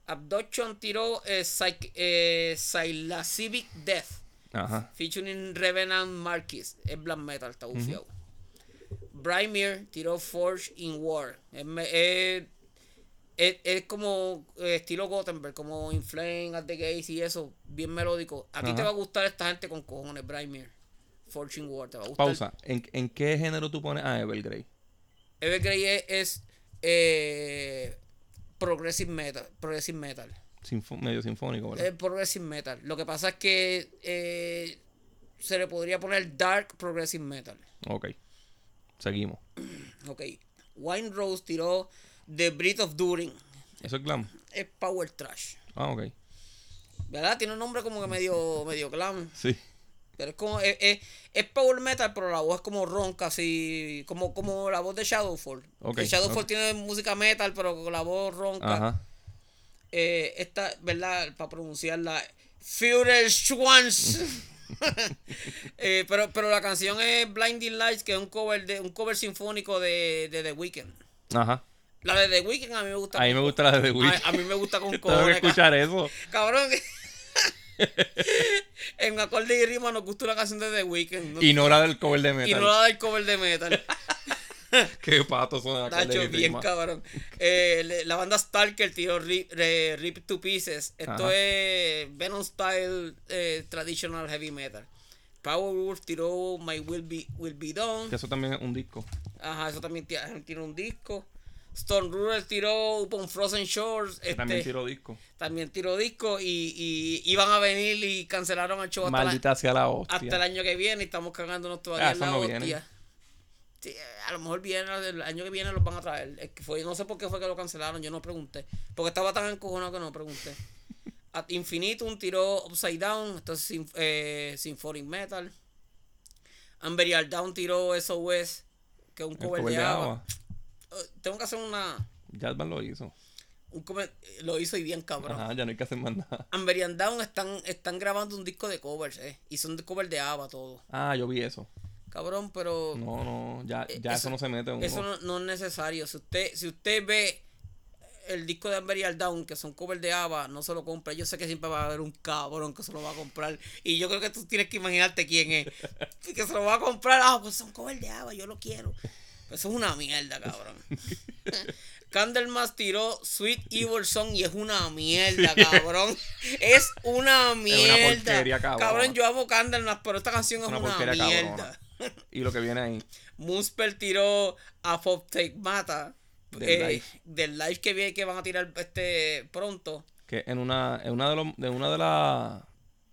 C: Abduction tiró eh, Psych- eh, Psylacivic Death,
B: Ajá.
C: featuring Revenant Marquis. Es black metal, está bufiado. Brymir tiró Forge in War. Es, me- es- es- es como eh, estilo Gothenburg, como Inflame at the Gates y eso, bien melódico. A ti te
B: Ajá.
C: va a gustar esta gente con cojones, Brymir. Forge in War, te va a gustar.
B: Pausa. ¿En, en qué género tú pones a Evergrey?
C: Evergrey es, es, eh, progressive metal, progressive metal,
B: Sinfo- medio sinfónico, ¿verdad?
C: Eh, progressive metal. Lo que pasa es que eh, se le podría poner dark progressive metal.
B: ok. Seguimos.
C: Ok. Wine Rose tiró The Breath of During.
B: Eso es glam.
C: Es power trash.
B: Ah, ok.
C: ¿Verdad? Tiene un nombre como que medio, medio glam.
B: Sí.
C: Pero es como, es, es, es power metal, pero la voz es como ronca, así, como, como la voz de Shadowfall.
B: Ok,
C: Que Shadowfall
B: ok.
C: tiene música metal, pero con la voz ronca.
B: Ajá.
C: eh, esta, ¿verdad? Para pronunciarla, Führer Schwanz. Eh, pero, pero la canción es Blinding Lights, que es un cover de un cover sinfónico de, de The Weeknd.
B: Ajá.
C: La de The Weeknd a mí me gusta.
B: A mí me gusta la de The Witch.
C: a, a mí me gusta con
B: Tengo que
C: cojones. ca-
B: escuchar eso.
C: Cabrón. en acorde y rima nos gustó la canción de The Weeknd. ¿no?
B: Y no la del cover de metal.
C: Y no la del cover de metal.
B: Qué pato son acá.
C: Tacho, bien cabrón. Eh, le- la banda Stalker tiró Rip, eh, Rip to Pieces. Esto
B: Ajá.
C: es Venom Style eh, Traditional Heavy Metal. Powerwolf tiró My Will Be, Will Be
B: Que
C: Done.
B: eso también es un disco.
C: Ajá, eso también ti- tiene un disco. Stone Ruler tiró Upon Frozen Shores.
B: Que también
C: este,
B: tiró disco.
C: también tiró disco y, y iban a venir y cancelaron el show hasta, la-
B: Maldita sea la hostia.
C: hasta el año que viene y estamos cagándonos todavía
B: Ah,
C: en
B: eso
C: la
B: no
C: hostia.
B: viene.
C: Sí, eh, a lo mejor viene, el año que viene los van a traer. Es que fue, no sé por qué fue que lo cancelaron, yo no pregunté. Porque estaba tan encojonado que no pregunté. At Infinitum tiró Upside Down, entonces sin, eh, Symphonic Metal. Amberial Down tiró SOS, que es un
B: El
C: cover, de ABBA. Eh, Tengo que hacer una.
B: Jasmine lo hizo.
C: un cover- eh, lo hizo y bien cabrón.
B: Ajá, ya no hay que hacer más nada.
C: Amber and Down están, están grabando un disco de covers, eh. Y son de covers de ABBA todo.
B: Ah, yo vi eso.
C: Cabrón, pero.
B: No, no, ya, ya eso, no se mete uno.
C: Oh. Eh, Eso no, no es necesario. Si usted, si usted ve el disco de Amber y Al Down, que son covers de ABBA, no se lo compra. Yo sé que siempre va a haber un cabrón que se lo va a comprar. Y yo creo que tú tienes que imaginarte quién es. Que se lo va a comprar. Ah, pues son covers de ABBA, yo lo quiero. Pero Eso es una mierda, cabrón. Candlemas tiró Sweet Evil Song y es una mierda, cabrón. Es una mierda.
B: porquería, cabrón.
C: yo amo Candlemas, pero esta canción es una,
B: Una porquería,
C: mierda.
B: cabrona. Y lo que viene ahí.
C: Moonspell tiró a Pop Take Mata.
B: Del
C: eh,
B: live.
C: del live que vi que van a tirar este pronto.
B: Que en una, en una de los, de una de las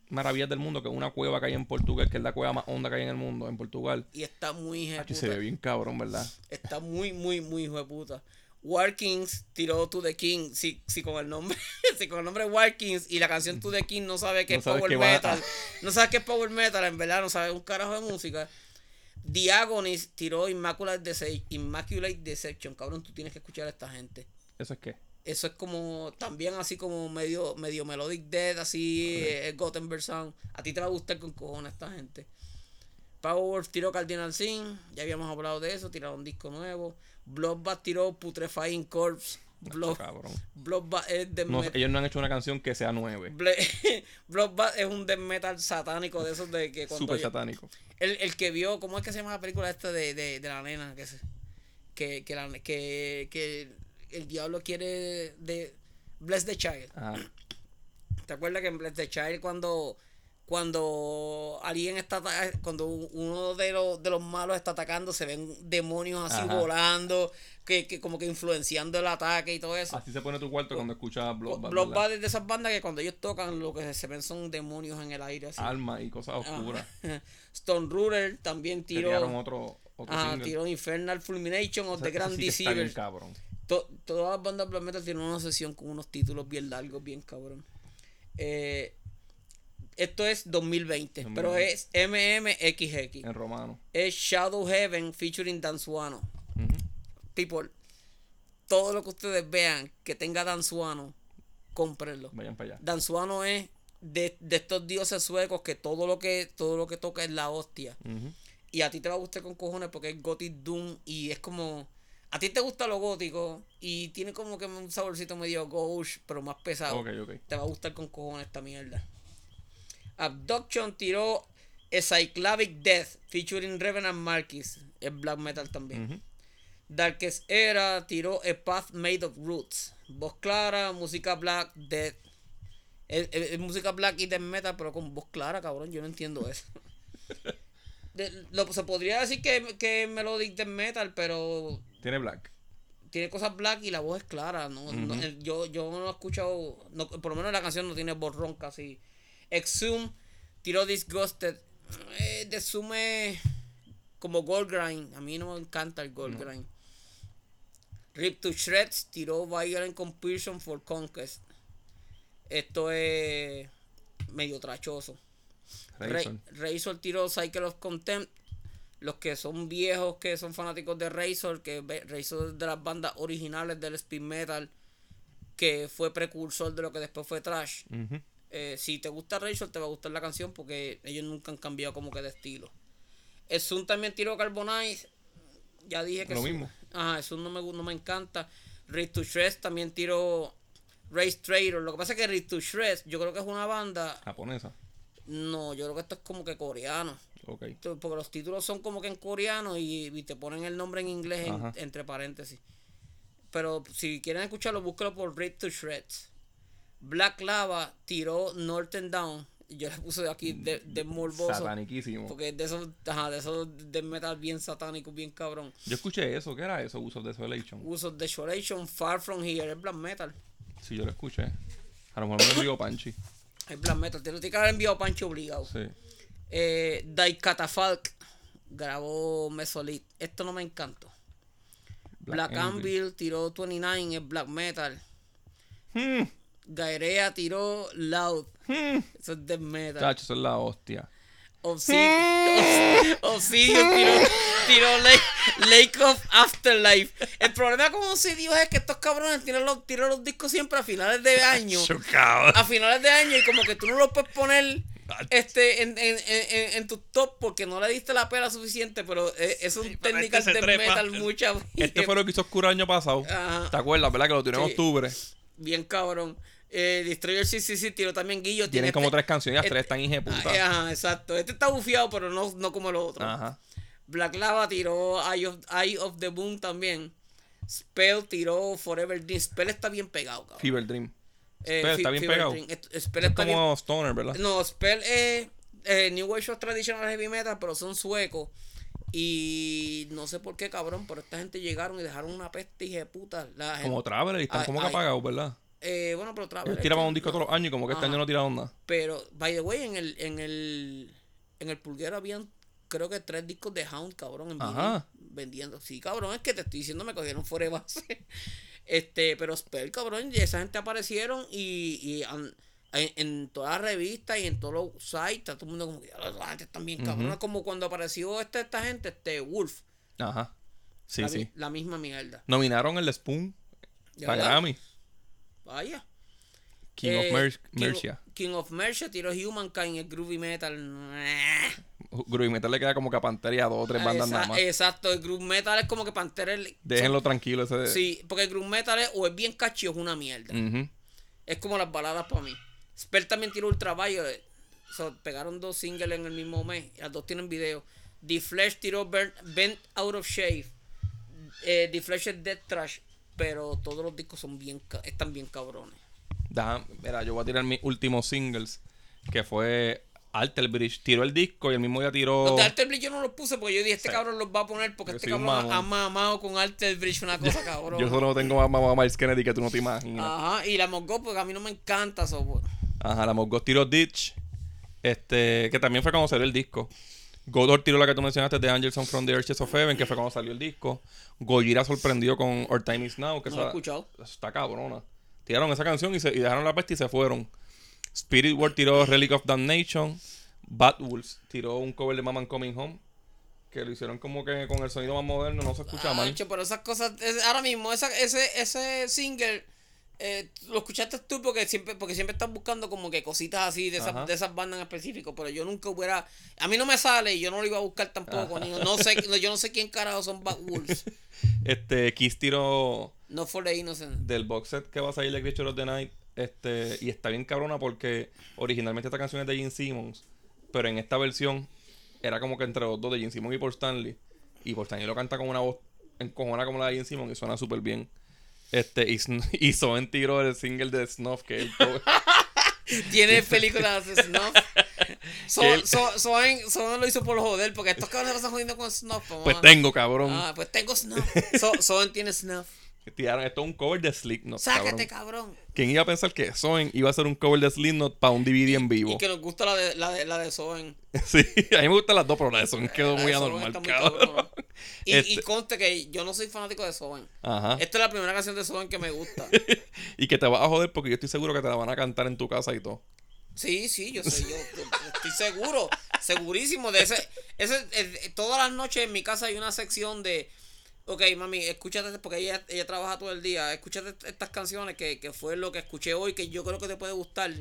B: maravillas del mundo, que es una cueva que hay en Portugal, que es la cueva más honda que hay en el mundo, en Portugal.
C: Y está muy
B: Hacho, se ve
C: jeputa.
B: bien cabrón, ¿verdad?
C: Está muy, muy, muy jeputa. War Kings tiró To The King. Si, si con el nombre, si con el nombre War Kings y la canción To The King no sabe que
B: No
C: es
B: sabes
C: Power
B: qué va a-
C: Metal. No sabe que es Power Metal, en verdad, no sabe un carajo de música. Diagonis tiró Immaculate, Dece- Immaculate Deception. Cabrón, tú tienes que escuchar a esta gente.
B: Eso es que.
C: Eso es como también así como medio medio melodic dead, así eh, Gothenburg Sound. A ti te va a gustar con cojones esta gente. Powerwolf tiró Cardinal Sin, ya habíamos hablado de eso, tiraron un disco nuevo. Bloodbath tiró Putrefying Corpse, Blob-
B: cabrón.
C: Bloodbath es death
B: No,
C: metal.
B: ellos no han hecho una canción que sea nueve.
C: Ble- Bloodbath es un death metal satánico de esos de que cuando
B: Súper
C: yo-
B: satánico.
C: el, el que vio, ¿cómo es que se llama la película esta de, de, de la nena? Que, se- que, que, la- que, que el diablo quiere de Bless the Child.
B: Ah,
C: ¿Te acuerdas que en Bless the Child cuando cuando alguien está ata- cuando u- uno de los de los malos está atacando se ven demonios así
B: Ajá.
C: volando que, que como que influenciando el ataque y todo eso
B: así se pone tu cuarto cuando escuchas Ah, Bloodbath. ¿verdad?
C: Bloodbath es de esas bandas que cuando ellos tocan lo que se ven son demonios en el aire. Así.
B: Alma y
C: Ah,
B: cosas oscuras.
C: Stone Ruler también
B: Te tiraron
C: tiró.
B: otro, otro
C: Ah,
B: single.
C: tiró Infernal Fulmination o
B: Ese-
C: The
B: ese
C: Grand
B: sí que está bien
C: Deceiver.
B: cabrón.
C: To- todas las bandas black metal tienen una sesión con unos títulos bien largos, bien cabrón. Eh, esto es 2020, pero
B: 2020.
C: es MMXX.
B: En romano.
C: Es Shadow Heaven featuring Danzuano. People, todo lo que ustedes vean que tenga Danzuano, cómprenlo.
B: Vayan para allá.
C: Danzuano es de, de estos dioses suecos que todo lo que todo lo que toca es la hostia.
B: Ujú.
C: Y a ti te va a gustar con cojones porque es gothic doom y es como a ti te gusta lo gótico y tiene como que un saborcito medio gauche, pero más pesado.
B: Ok, ok.
C: Te va a gustar con cojones esta mierda. Abduction tiró a Cyclavic Death featuring Revenant Marquis, es black metal también.
B: Ujú.
C: Darkest Era tiró A Path Made of Roots. Voz clara, música black, death. Es, es- es música black y death metal, pero con voz clara, cabrón. Yo no entiendo eso. De- lo- se podría decir que, que es melodic death metal, pero
B: Tiene Black.
C: tiene cosas black y la voz es clara. ¿no? No, el- yo, yo no lo he escuchado, no, por lo menos la canción no tiene borrón casi. Exhum tiró Disgusted. Eh, de Zoom es como Gold Grind. A mí no me encanta el Gold Grind. Rip to Shreds tiró Violent Compulsion for Conquest. Esto es medio trachoso.
B: Razor.
C: Ra- Razor tiró Cycle of Contempt. Los que son viejos, que son fanáticos de Razor, que ve- Razor es de las bandas originales del speed metal, que fue precursor de lo que después fue Trash. Eh,
B: Ujú.
C: si te gusta Razor, te va a gustar la canción porque ellos nunca han cambiado como que de estilo. El Zoom también tiró Carbonize. Ya dije que
B: Lo
C: Zoom-
B: mismo.
C: Ajá, el Zoom no me, gu- no me encanta. Race to Shreds también tiró Race Trader. Lo que pasa es que Race to Shreds, yo creo que es una banda
B: Japonesa.
C: no, yo creo que esto es como que coreano.
B: Ok.
C: Esto- Porque los títulos son como que en coreano y, y te ponen el nombre en inglés en-
B: Ajá.
C: entre paréntesis. Pero si quieren escucharlo, búsquelo por Rip to Shreds. Black Lava tiró Northern Down. y Yo le puse aquí de, de morboso.
B: Sataniquísimo.
C: Porque es de esos, ajá, de esos de metal bien satánico, bien cabrón.
B: Yo escuché eso. ¿Qué era eso? Use of Desolation.
C: Usos de Desolation, Far From Here, es black metal.
B: Sí, yo lo escuché. A lo mejor me lo digo Panchi.
C: Es black metal. Tiene que haber enviado Pancho obligado.
B: Sí.
C: Eh, Daikatafalk grabó Mesolith. Esto no me encantó. Black,
B: Anvil.
C: Anvil tiró 29, es black metal.
B: Hmm.
C: Gairea tiró Loud.
B: Hmm.
C: Eso es death metal.
B: Chacho, eso es la hostia. Hmm.
C: Obsid- Obs- Obsidian tiró, tiró Lake, Lake of Afterlife. El problema con Obsidian es que estos cabrones tiran los, tiran los discos siempre a finales de año.
B: Chocado.
C: a finales de año y como que tú no lo puedes poner este en, en, en- en- en tu top porque no le diste la pera suficiente, pero eh, es un
D: pero
C: técnica
D: este se
C: de
D: trepa.
C: metal mucha.
B: Este fue lo que hizo Oscuro el año pasado.
C: Ajá.
B: ¿Te acuerdas, verdad? Que lo tiró en
C: Sí.
B: octubre.
C: Bien cabrón. Eh, Destroyer CCC tiró también Guillo.
B: Tienen como tres canciones, las
C: este-
B: tres están hijeputas.
C: Ajá, exacto. Este está bufiado, pero no, no como los otros.
B: Ajá.
C: Black Lava tiró Eye of, Eye of the Boom también. Spell tiró Forever Dream. Spell está bien pegado, cabrón.
B: Fever Dream. Spell
C: Eh, Fe-
B: está bien
C: Fever
B: pegado.
C: Dream. Est- Spell
B: Es
C: está bien
B: como Stoner, ¿verdad?
C: No, Spell es eh, New Wave Show Traditional Heavy Metal, pero son suecos. Y no sé por qué, cabrón, pero esta gente llegaron y dejaron una peste y de puta. La gente-
B: Como Traveler y están
C: eh, Ay,
B: como que
C: ay.
B: apagados, ¿verdad?
C: eh, bueno, pero otra vez.
B: Ellos tiraban un disco todos los años y como que este
C: Ajá.
B: año no tiraron nada.
C: Pero, by the way, en el, en el, en el pulguero habían creo que tres discos de Hound, cabrón, en vinil,
B: Ajá.
C: vendiendo. Sí, cabrón, es que te estoy diciendo, me cogieron fuera de base. Este, pero Spell, cabrón, y esa gente aparecieron y, y han- en, en todas las revistas y en todos los sites, está todo el mundo como que "Ah, la gente están bien cabrón. Como cuando apareció este, esta gente, este Wolf.
B: Ajá. Sí,
C: la, mi-
B: sí.
C: la misma mierda.
B: Nominaron el Spoon
C: ¿De
B: para
C: verdad?
B: Grammy.
C: Vaya.
B: King
C: Eh,
B: of Mer-
C: King-
B: Mercia.
C: King of Mercia tiró Humankind, el groovy metal.
B: Groove Metal le queda como que a Pantera y a dos o tres Ah, bandas
C: Ah, Esa-
B: nada más.
C: Exacto, el groove metal es como que Pantera. es-
B: Déjenlo tranquilo ese.
C: Sí, porque el groove metal es, o es bien catchy o es una mierda.
B: Ujú.
C: Es como las baladas para mí. Spell también tiró Ultraviolet. So, pegaron dos singles en el mismo mes. Las dos tienen video. The Flash tiró Burn- Bent Out of Shape. Eh, The Flash es Death Trash. Pero todos los discos son bien, ca- están bien cabrones.
B: Deja- mira, yo voy a tirar mis últimos singles, que fue Alter Bridge. Tiró el disco y el mismo día tiró.
C: Los de Alter Bridge yo no los puse porque yo dije, este cabrón los va a poner porque
B: Oh. Yo
C: este
B: soy un
C: cabrón
B: mamón.
C: ha mamado con Alter Bridge una cosa cabrón.
B: Yo solo tengo más mamá Miles Kennedy que tú no te imaginas.
C: Ajá, y la Mosgo porque a mí no me encanta eso. pues.
B: Ajá, la Mosgos tiró Ditch. Este, que también fue cuando salió el disco. Godor tiró la que tú mencionaste de Angelson from the Arches of Heaven, que fue cuando salió el disco. Gojira sorprendió con Our Time Is Now, que
C: No
B: esa-
C: lo he escuchado.
B: eso está cabrona. Tiraron esa canción y, se, y dejaron la peste y se fueron. Spirit World tiró Relic of Damnation. Bad Wolves tiró un cover de Mama I'm Coming Home, que lo hicieron como que con el sonido más moderno, no se escucha
C: Ah,
B: mal.
C: Ancho, pero esas cosas, es- ahora mismo, esa- ese, ese single, eh, lo escuchaste tú porque siempre, porque siempre estás buscando como que cositas así de
B: Ajá.
C: esas, de esas bandas en específico, pero yo nunca hubiera, a mí no me sale y yo no lo iba a buscar tampoco, ni- no sé, no- yo no sé quién carajo son Bad Wolves,
B: Este, Kiss tiró
C: no for the innocent.
B: del box set que va a salir de Creature of the Night. Este, y está bien cabrona porque originalmente esta canción es de Gene Simmons, pero en esta versión era como que entre los dos, de Gene Simmons y Paul Stanley. Y Paul Stanley lo canta con una voz encojona como la de Gene Simmons y suena súper bien. Este, y, Sn- y Soen tiró el single de Snuff, que es el cover.
C: Tiene películas de Snuff. So,
B: Que él-
C: so, Soen- Soen lo hizo por joder, porque estos cabrones están jodiendo con Snuff. mamá.
B: pues tengo, cabrón.
C: Ah, pues tengo Snuff. So, Soen tiene Snuff.
B: Tiraron esto es un cover de Slipknot,
C: Sácate,
B: cabrón.
C: cabrón.
B: ¿Quién iba a pensar que Soen iba a hacer un cover de Slipknot para un DVD en vivo?
C: Y que nos gusta la de, la de, la de Soen.
B: Sí, a mí me gustan las dos, pero la de Soen quedó
C: La
B: muy
C: de Soben
B: anormal,
C: está muy
B: cabrón.
C: cabrona. Y, y
B: Este-
C: conste que yo no soy fanático de Soben.
B: Ajá.
C: Esta es la primera canción de Soben que me gusta.
B: Este Y que te vas a joder porque yo estoy seguro que te la van a cantar en tu casa y todo.
C: Sí, sí, yo sé, yo, yo estoy seguro, segurísimo de ese, ese eh, todas las noches en mi casa hay una sección de Ok, mami, escúchate, porque ella, ella trabaja todo el día. Escúchate est- estas canciones que, que fue lo que escuché hoy, que yo creo que te puede gustar.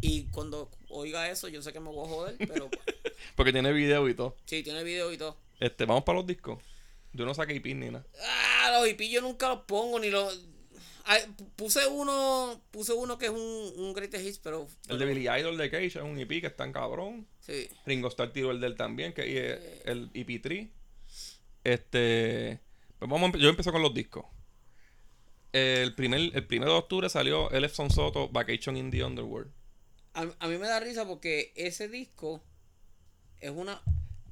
C: Y cuando oiga eso, yo sé que me voy a joder, pero
B: Porque tiene video y todo.
C: sí, tiene video y todo.
B: Este, vamos para los discos. Yo no saqué IP ni nada.
C: Ah, los hippies yo nunca los pongo ni los. Ay, p- puse uno, puse uno que es un, un Great Hits, pero.
B: El de Billy Idol de Cage es un EP que está en cabrón.
C: Sí.
B: Ringo Starr tiró el del también, que es el EP3. Este. Pues vamos, a empe- yo empiezo con los discos. El primer, el primero de octubre salió Elefson Soto, Vacation in the Underworld.
C: A, a mí me da risa porque ese disco es una.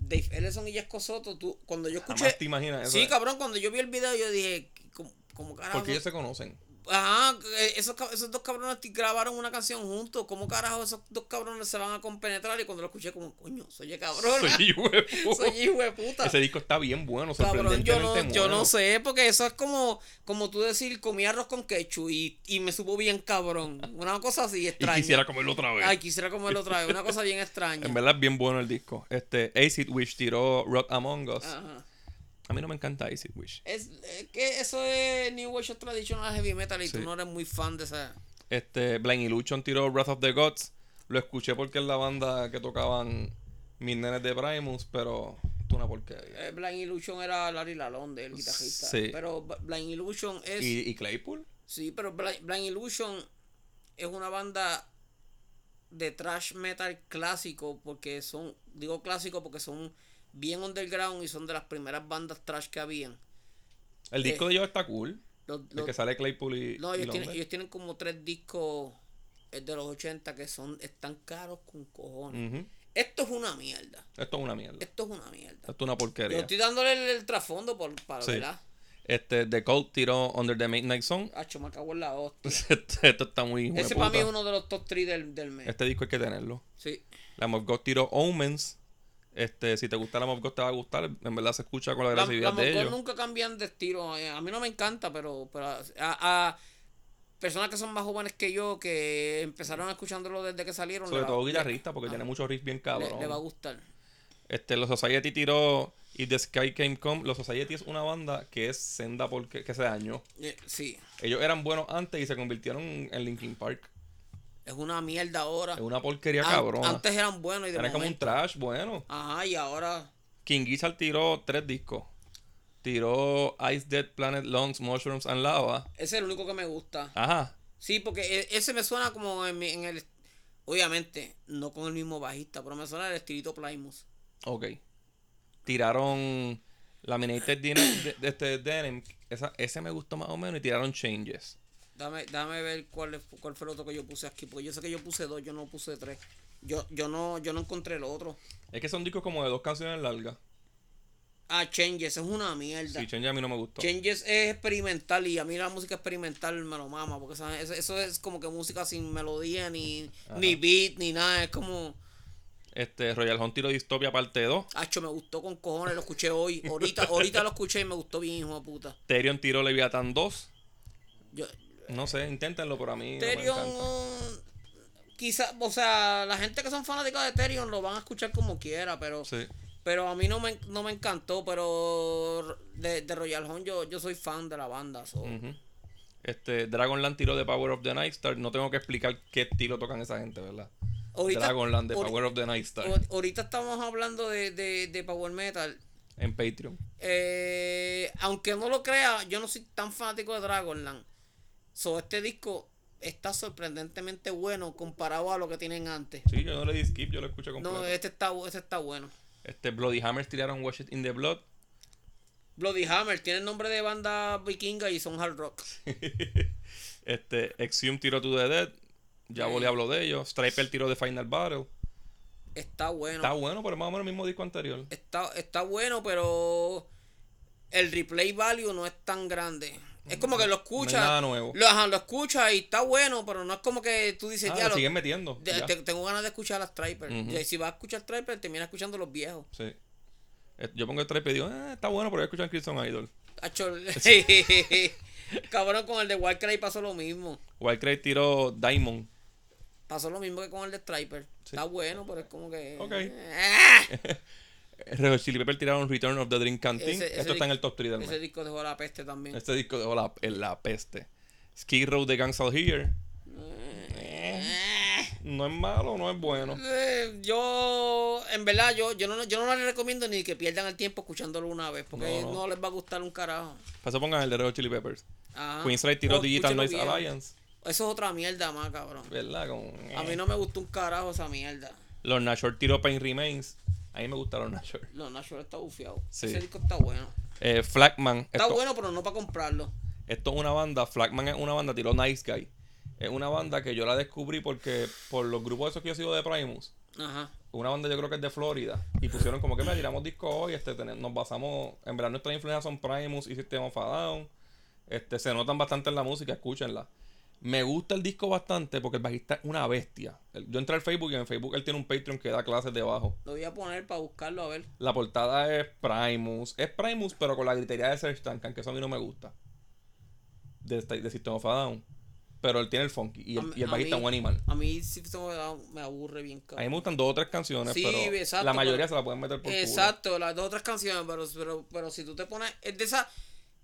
C: Dave Ellison y Jesco Soto, tú, cuando yo escuché.
B: Jamás te imaginas eso.
C: Sí, cabrón, cuando yo vi el video, yo dije, como, como carajo.
B: Porque ellos se conocen.
C: Ajá, eh, esos, cab- esos dos cabrones ti- grabaron una canción juntos. ¿Cómo carajo esos dos cabrones se van a compenetrar? Y cuando lo escuché, como, coño, soy el cabrón. Soy,
B: Sí, huevo.
C: hijo de puta.
B: Ese disco está bien bueno,
C: Cabrón,
B: sorprendentemente
C: yo no, yo
B: bueno.
C: no sé, porque eso es como, como tú decir, comí arroz con quechu y, y me supo bien cabrón. Una cosa así
B: Y
C: extraña.
B: quisiera comerlo otra vez.
C: Ay, quisiera comerlo otra vez. Una cosa bien extraña.
B: En verdad es bien bueno el disco. Este, Acid Wish tiró Rock Among Us.
C: Ajá.
B: A mí no me encanta Acid Wish.
C: Es, es que eso es New Wave of Traditional Heavy Metal y tú
B: Sí.
C: no eres muy fan de esa.
B: Este, Blind Illusion tiró Wrath of the Gods. Lo escuché porque es la banda que tocaban mis nenes de Primus, pero es una porquería.
C: Eh, Blind Illusion era Larry Lalonde, el guitarrista.
B: Sí.
C: Pero B- Blind Illusion es.
B: ¿Y, y Claypool?
C: Sí, pero Blind, Blind Illusion es una banda de thrash metal clásico porque son, digo clásico porque son bien underground y son de las primeras bandas thrash que habían.
B: El disco
C: Eh,
B: de ellos está cool.
C: Los-
B: el
C: los-
B: que sale Claypool y.
C: no,
B: y
C: ellos tienen,
B: Londres.
C: ellos tienen como tres discos eh, de los 80 que son están caros con cojones.
B: Ujú.
C: Esto es una mierda.
B: Esto es una mierda.
C: Esto es una mierda.
B: Esto es una
C: Yo
B: porquería.
C: estoy dándole el, el trasfondo por, para
B: Sí.
C: ¿verdad?
B: Este, The Cold tiró Under the Midnight Zone.
C: Hacho, me cago en la hostia.
B: Este- esto está muy. hijo de
C: Ese para mí es
B: puta.
C: uno de los top 3 del, del mes.
B: Este disco hay que tenerlo.
C: Sí.
B: La Mob God tiró Omens. Este, si te gusta la Mob God, te va a gustar. En verdad se escucha con la
C: Las
B: agresividad
C: la
B: de
C: Mongol
B: ellos.
C: nunca cambian de estilo. eh, A mí no me encanta, pero, pero a, a personas que son más jóvenes que yo, que empezaron escuchándolo desde que salieron,
B: Sobre
C: le va-
B: todo
C: le- ah,
B: guitarrista, porque tiene muchos riffs bien
C: le,
B: cabrón.
C: le va a gustar.
B: este, los Society tiró If the Sky Came Come. Los Society es una banda que es senda porque que se dañó.
C: Eh, Sí.
B: Ellos eran buenos antes y se convirtieron en Linkin Park.
C: Es una mierda ahora.
B: Es una porquería
C: An-
B: cabrón.
C: Antes eran buenos y de
B: Era como un
C: momento.
B: trash bueno.
C: Ajá, y ahora.
B: King Gizzard tiró tres discos. Tiró Ice Dead Planet Lungs, Mushrooms and Lava.
C: Ese es el único que me gusta.
B: Ajá.
C: Sí, porque e- ese me suena como en, mi- en el. Obviamente, no con el mismo bajista, pero me suena el estilito Plymouth.
B: Ok. Tiraron Laminated Denim, de, de este Denim. Esa- ese me gustó más o menos. Y tiraron Changes.
C: Dame, dame ver cuál, es- cuál fue el otro que yo puse aquí, porque yo sé que yo puse dos, yo no puse tres. Yo, yo no, yo no encontré el otro.
B: Es que son discos como de dos canciones largas.
C: Ah, Changes, es una mierda.
B: Sí, Changes a mí no me gustó.
C: Changes es experimental y a mí la música experimental me lo mama, porque ¿sabes? Eso, eso es como que música sin melodía, ni, ni beat, ni nada. Es como,
B: Este, Royal Hunt tiró Dystopia parte 2.
C: hacho, me gustó con cojones, lo escuché hoy. Ahorita, ahorita lo escuché y me gustó bien, hijo de puta.
B: Terion tiró Leviathan 2.
C: Yo,
B: No sé, inténtenlo, pero a mí no me
C: Terion,
B: encanta.
C: quizás, o sea, la gente que son fanáticas de Terion lo van a escuchar como quiera, pero...
B: Sí.
C: Pero a mí no me, no me encantó, pero de, de Royal Home yo, yo soy fan de la banda. so.
B: Ujú. Este, Dragonland tiró de Power of the Nightstar. No tengo que explicar qué estilo tocan esa gente, ¿verdad?
C: Ahorita-
B: Dragonland de
C: ahori-
B: Power of the Nightstar
C: O- ahorita estamos hablando de, de, de Power Metal.
B: en Patreon.
C: Eh, aunque no lo crea, yo no soy tan fanático de Dragonland. So, este disco está sorprendentemente bueno comparado a lo que tienen antes.
B: Sí, yo no le di skip, yo lo escucho completo.
C: No, este está, bu- este está bueno.
B: Este, Bloody Hammers tiraron Wash It in the Blood.
C: Bloody Hammer tiene el nombre de banda vikinga y son hard rock.
B: Este, Exhume tiró To The Dead. Ya volé hablo de ellos. Striper tiró de Final Battle.
C: Está bueno.
B: Está bueno, pero es más o menos el mismo disco anterior.
C: está, está bueno, pero el replay value no es tan grande. Es como que lo escuchas.
B: nada nuevo.
C: Lo, ajá, lo escuchas y está bueno, pero no es como que tú dices,
B: Ah,
C: "Ya,
B: lo
C: lo-
B: siguen metiendo.
C: de-
B: ya.
C: te- tengo ganas de escuchar a Striper.
B: Ujú.
C: Y Si vas a escuchar Striper, terminas escuchando los viejos.
B: Sí. Eh, Yo pongo el Striper y digo, "Eh, está bueno, pero voy a escuchar Crimson Idol.
C: Hacho, Cabrón, con el de Warcry pasó lo mismo.
B: Wildcray tiró Diamond.
C: Pasó lo mismo que con el de Striper. Está bueno, pero es como que.
B: Ok. Este
C: ¡Ah!
B: Red Hot Chili Pepper tiraron Return of the Dream Canteen.
C: Ese- ese
B: Esto está
C: disc-
B: en el top 3 del mes.
C: Ese disco dejó la peste también.
B: Este disco dejó la, en la peste. Ski Road de Guns Out Here.
C: Eh.
B: Eh.
C: Ah.
B: No es malo, no es bueno.
C: Eh, yo, en verdad, yo, yo, no, yo no les recomiendo ni que pierdan el tiempo escuchándolo una vez, porque
B: No,
C: no,
B: no.
C: les va a gustar un carajo.
B: Pasó pongan el de Red Hot Chili Peppers.
C: Ajá.
B: Queensrÿche tiró
C: O
B: Digital
C: Ah, oh, escúchalo
B: Noise
C: bien.
B: Alliance.
C: Eso es otra mierda más, cabrón.
B: ¿Verdad? Como,
C: A mí no me gustó un carajo esa mierda.
B: Los Nashor tiró Pain Remains. A mí me gusta los Nashor.
C: No, Nacho está bufiado.
B: Sí.
C: Ese disco está bueno.
B: Eh, Flagman.
C: Está
B: esto,
C: bueno, pero no para comprarlo.
B: esto es una banda. Flagman es una banda. Tiró Nice Guy. Es una banda que yo la descubrí porque por los grupos esos que yo sigo de Primus.
C: Ajá.
B: Una banda yo creo que es de Florida. Y pusieron como que me tiramos disco hoy. Este, ten- nos basamos. En verdad nuestras influencias son Primus y System of a Down. Este, se notan bastante en la música, escúchenla. Me gusta el disco bastante porque el bajista es una bestia. El- Yo entré al Facebook y en Facebook él tiene un Patreon que da clases de bajo.
C: Lo voy a poner para buscarlo, a ver.
B: La portada es Primus. Es Primus, pero con la gritería de Serge Tankan, que eso a mí no me gusta. De, esta- de System of a Down. Pero él tiene el funky. Y el,
C: A-
B: y el
C: a
B: bajista es
C: mí-
B: un animal.
C: A mí sí se me da- me aburre bien,
B: A mí
C: cabrón.
B: me gustan dos o tres canciones,
C: Sí,
B: pero
C: exacto,
B: la mayoría
C: pero-
B: se la pueden meter por culo.
C: Exacto, las dos otras canciones, pero, pero, pero si tú te pones, es de esa,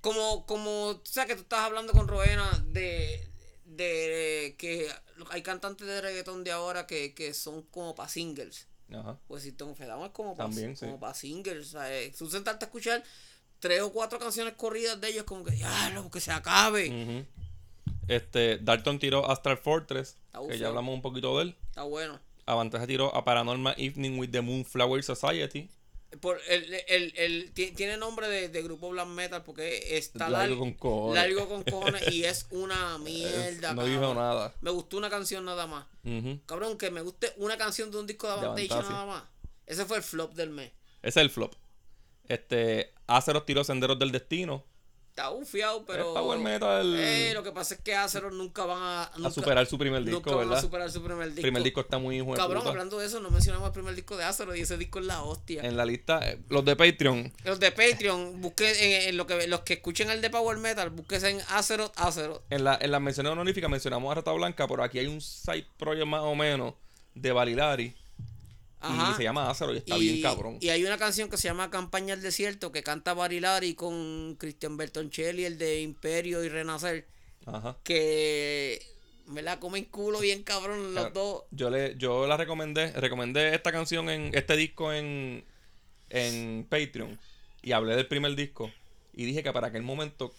C: como, como, tú sabes que tú estás hablando con Roena de, de que hay cantantes de reggaetón de ahora que, que son como para singles.
B: Ajá.
C: Pues si Tom Fedamo es como para
B: También, sí.
C: como pa singles, ¿sabes? Tú sentarte a escuchar tres o cuatro canciones corridas de ellos, como que, ya, lo que se acabe.
B: Ujú. Este, Dalton tiró Astral Fortress,
C: Está
B: que
C: bufeo.
B: ya hablamos un poquito de él.
C: Está bueno.
B: Avantaja tiró a Paranormal Evening with the Moonflower Society.
C: Por el, el, el- ti- tiene nombre de, de grupo black metal porque está
B: Largo
C: lar-
B: con cojones.
C: largo con cojones y es una mierda.
B: no dijo
C: cabrón.
B: nada.
C: Me gustó una canción nada más.
B: Ujú.
C: Cabrón, que me guste una canción de un disco de
B: De
C: Avantasia
B: Avantasia.
C: nada más. Ese fue el flop del mes.
B: Ese es el flop. Este, Aceros tiró Senderos del Destino.
C: Está bufiado, pero.
B: Es power metal.
C: Eh, lo que pasa es que Aceros nunca van a. Nunca,
B: superar su primer disco,
C: nunca van
B: ¿verdad?
C: a superar su primer disco.
B: El primer disco está muy hijo de
C: Cabrón,
B: puta.
C: hablando de eso, no mencionamos el primer disco de Aceros y ese disco es la hostia.
B: En la lista, eh, los de Patreon.
C: Los de Patreon, busquen en, en lo que, los que escuchen el de Power Metal, búsquense en Aceros, Aceros.
B: En la, en la mención honorífica mencionamos a Rata Blanca, pero aquí hay un side project más o menos de Barilari.
C: Ajá.
B: Y se llama Acero y está bien cabrón.
C: Y hay una canción que se llama Campaña al Desierto que canta Barilari con Cristian Bertoncelli, el de Imperio y Renacer.
B: Ajá.
C: que ¿verdad? Comen culo bien cabrón los
B: Claro.
C: dos.
B: Yo le, yo la recomendé, recomendé esta canción en, este disco en, en Patreon. Y hablé del primer disco. Y dije que para aquel momento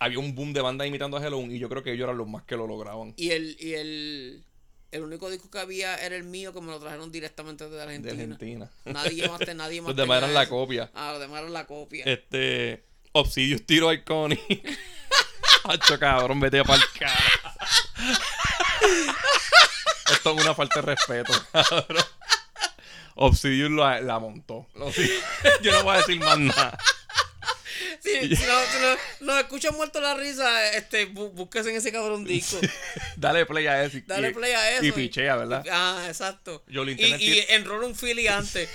B: había un boom de bandas imitando a Halloween. Y yo creo que ellos eran los más que lo lograban.
C: Y el, y el, el único disco que había era el mío que me lo trajeron directamente de Argentina.
B: De Argentina.
C: Nadie más, te- nadie más.
B: Los demás
C: tenía
B: eran la
C: eso.
B: copia.
C: Ah, los demás eran la copia.
B: Este. Obsidious Tiro Iconic. Hacho cabrón, vete a parcar. Esto es una falta de respeto, cabrón. Obsidious la, la montó. Lo si- Yo no voy a decir más nada.
C: Sí, si no, si no- nos escuchan muerto la risa, este, bu- búsquese en ese cabrón disco.
B: Dale play a eso. y-
C: Dale
B: y-
C: play a eso.
B: Y pichea, ¿verdad?
C: Ah, exacto.
B: Yo lo
C: y,
B: intenté
C: y
B: decir-
C: enrola un Philly antes.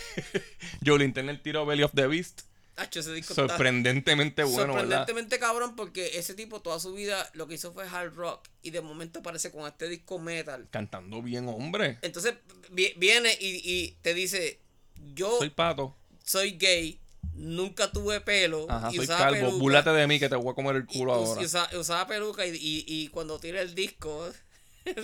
B: Yo le intenté el tiro Belly of the Beast.
C: Tacho, ese disco está-
B: Sorprendentemente bueno, ¿verdad?
C: Sorprendentemente cabrón, porque ese tipo toda su vida lo que hizo fue hard rock y de momento aparece con este disco metal.
B: Cantando bien, hombre.
C: Entonces vi- viene y, y te dice, yo
B: Soy
C: soy,
B: pato.
C: gay, nunca tuve pelo
B: Ajá,
C: y
B: soy
C: usaba
B: calvo.
C: peluca.
B: Búlate de mí que te voy a comer el
C: Y
B: culo
C: us-
B: ahora.
C: y usa- y usaba peluca y, y- y cuando tira el disco.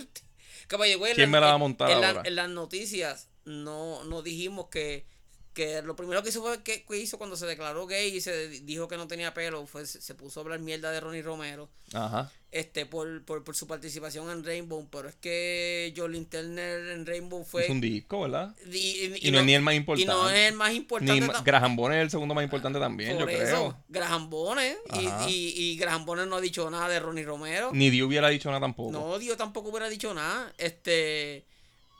C: Caballo, güey, en
B: ¿Quién
C: la-
B: me la va a
C: en-
B: montar
C: en la-
B: ahora?
C: en las noticias no, no dijimos que, que lo primero que hizo fue que, que hizo cuando se declaró gay y se de- dijo que no tenía pelo. Fue, se, se puso a hablar mierda de Ronnie Romero
B: Ajá.
C: este por, por, por su participación en Rainbow. Pero es que Jolin Turner en Rainbow fue.
B: Es un disco, ¿verdad?
C: y- y- y
B: Y no es ni el más importante.
C: Y no es el más importante.
B: Ni ma-
C: tam-
B: Graham Bonnet es el segundo más importante también, yo
C: por eso,
B: creo.
C: Graham Bonet, y,
B: Ajá.
C: y, y Graham Bonet no ha dicho nada de Ronnie Romero.
B: Ni Dio hubiera dicho nada tampoco.
C: No, Dios tampoco hubiera dicho nada. Este.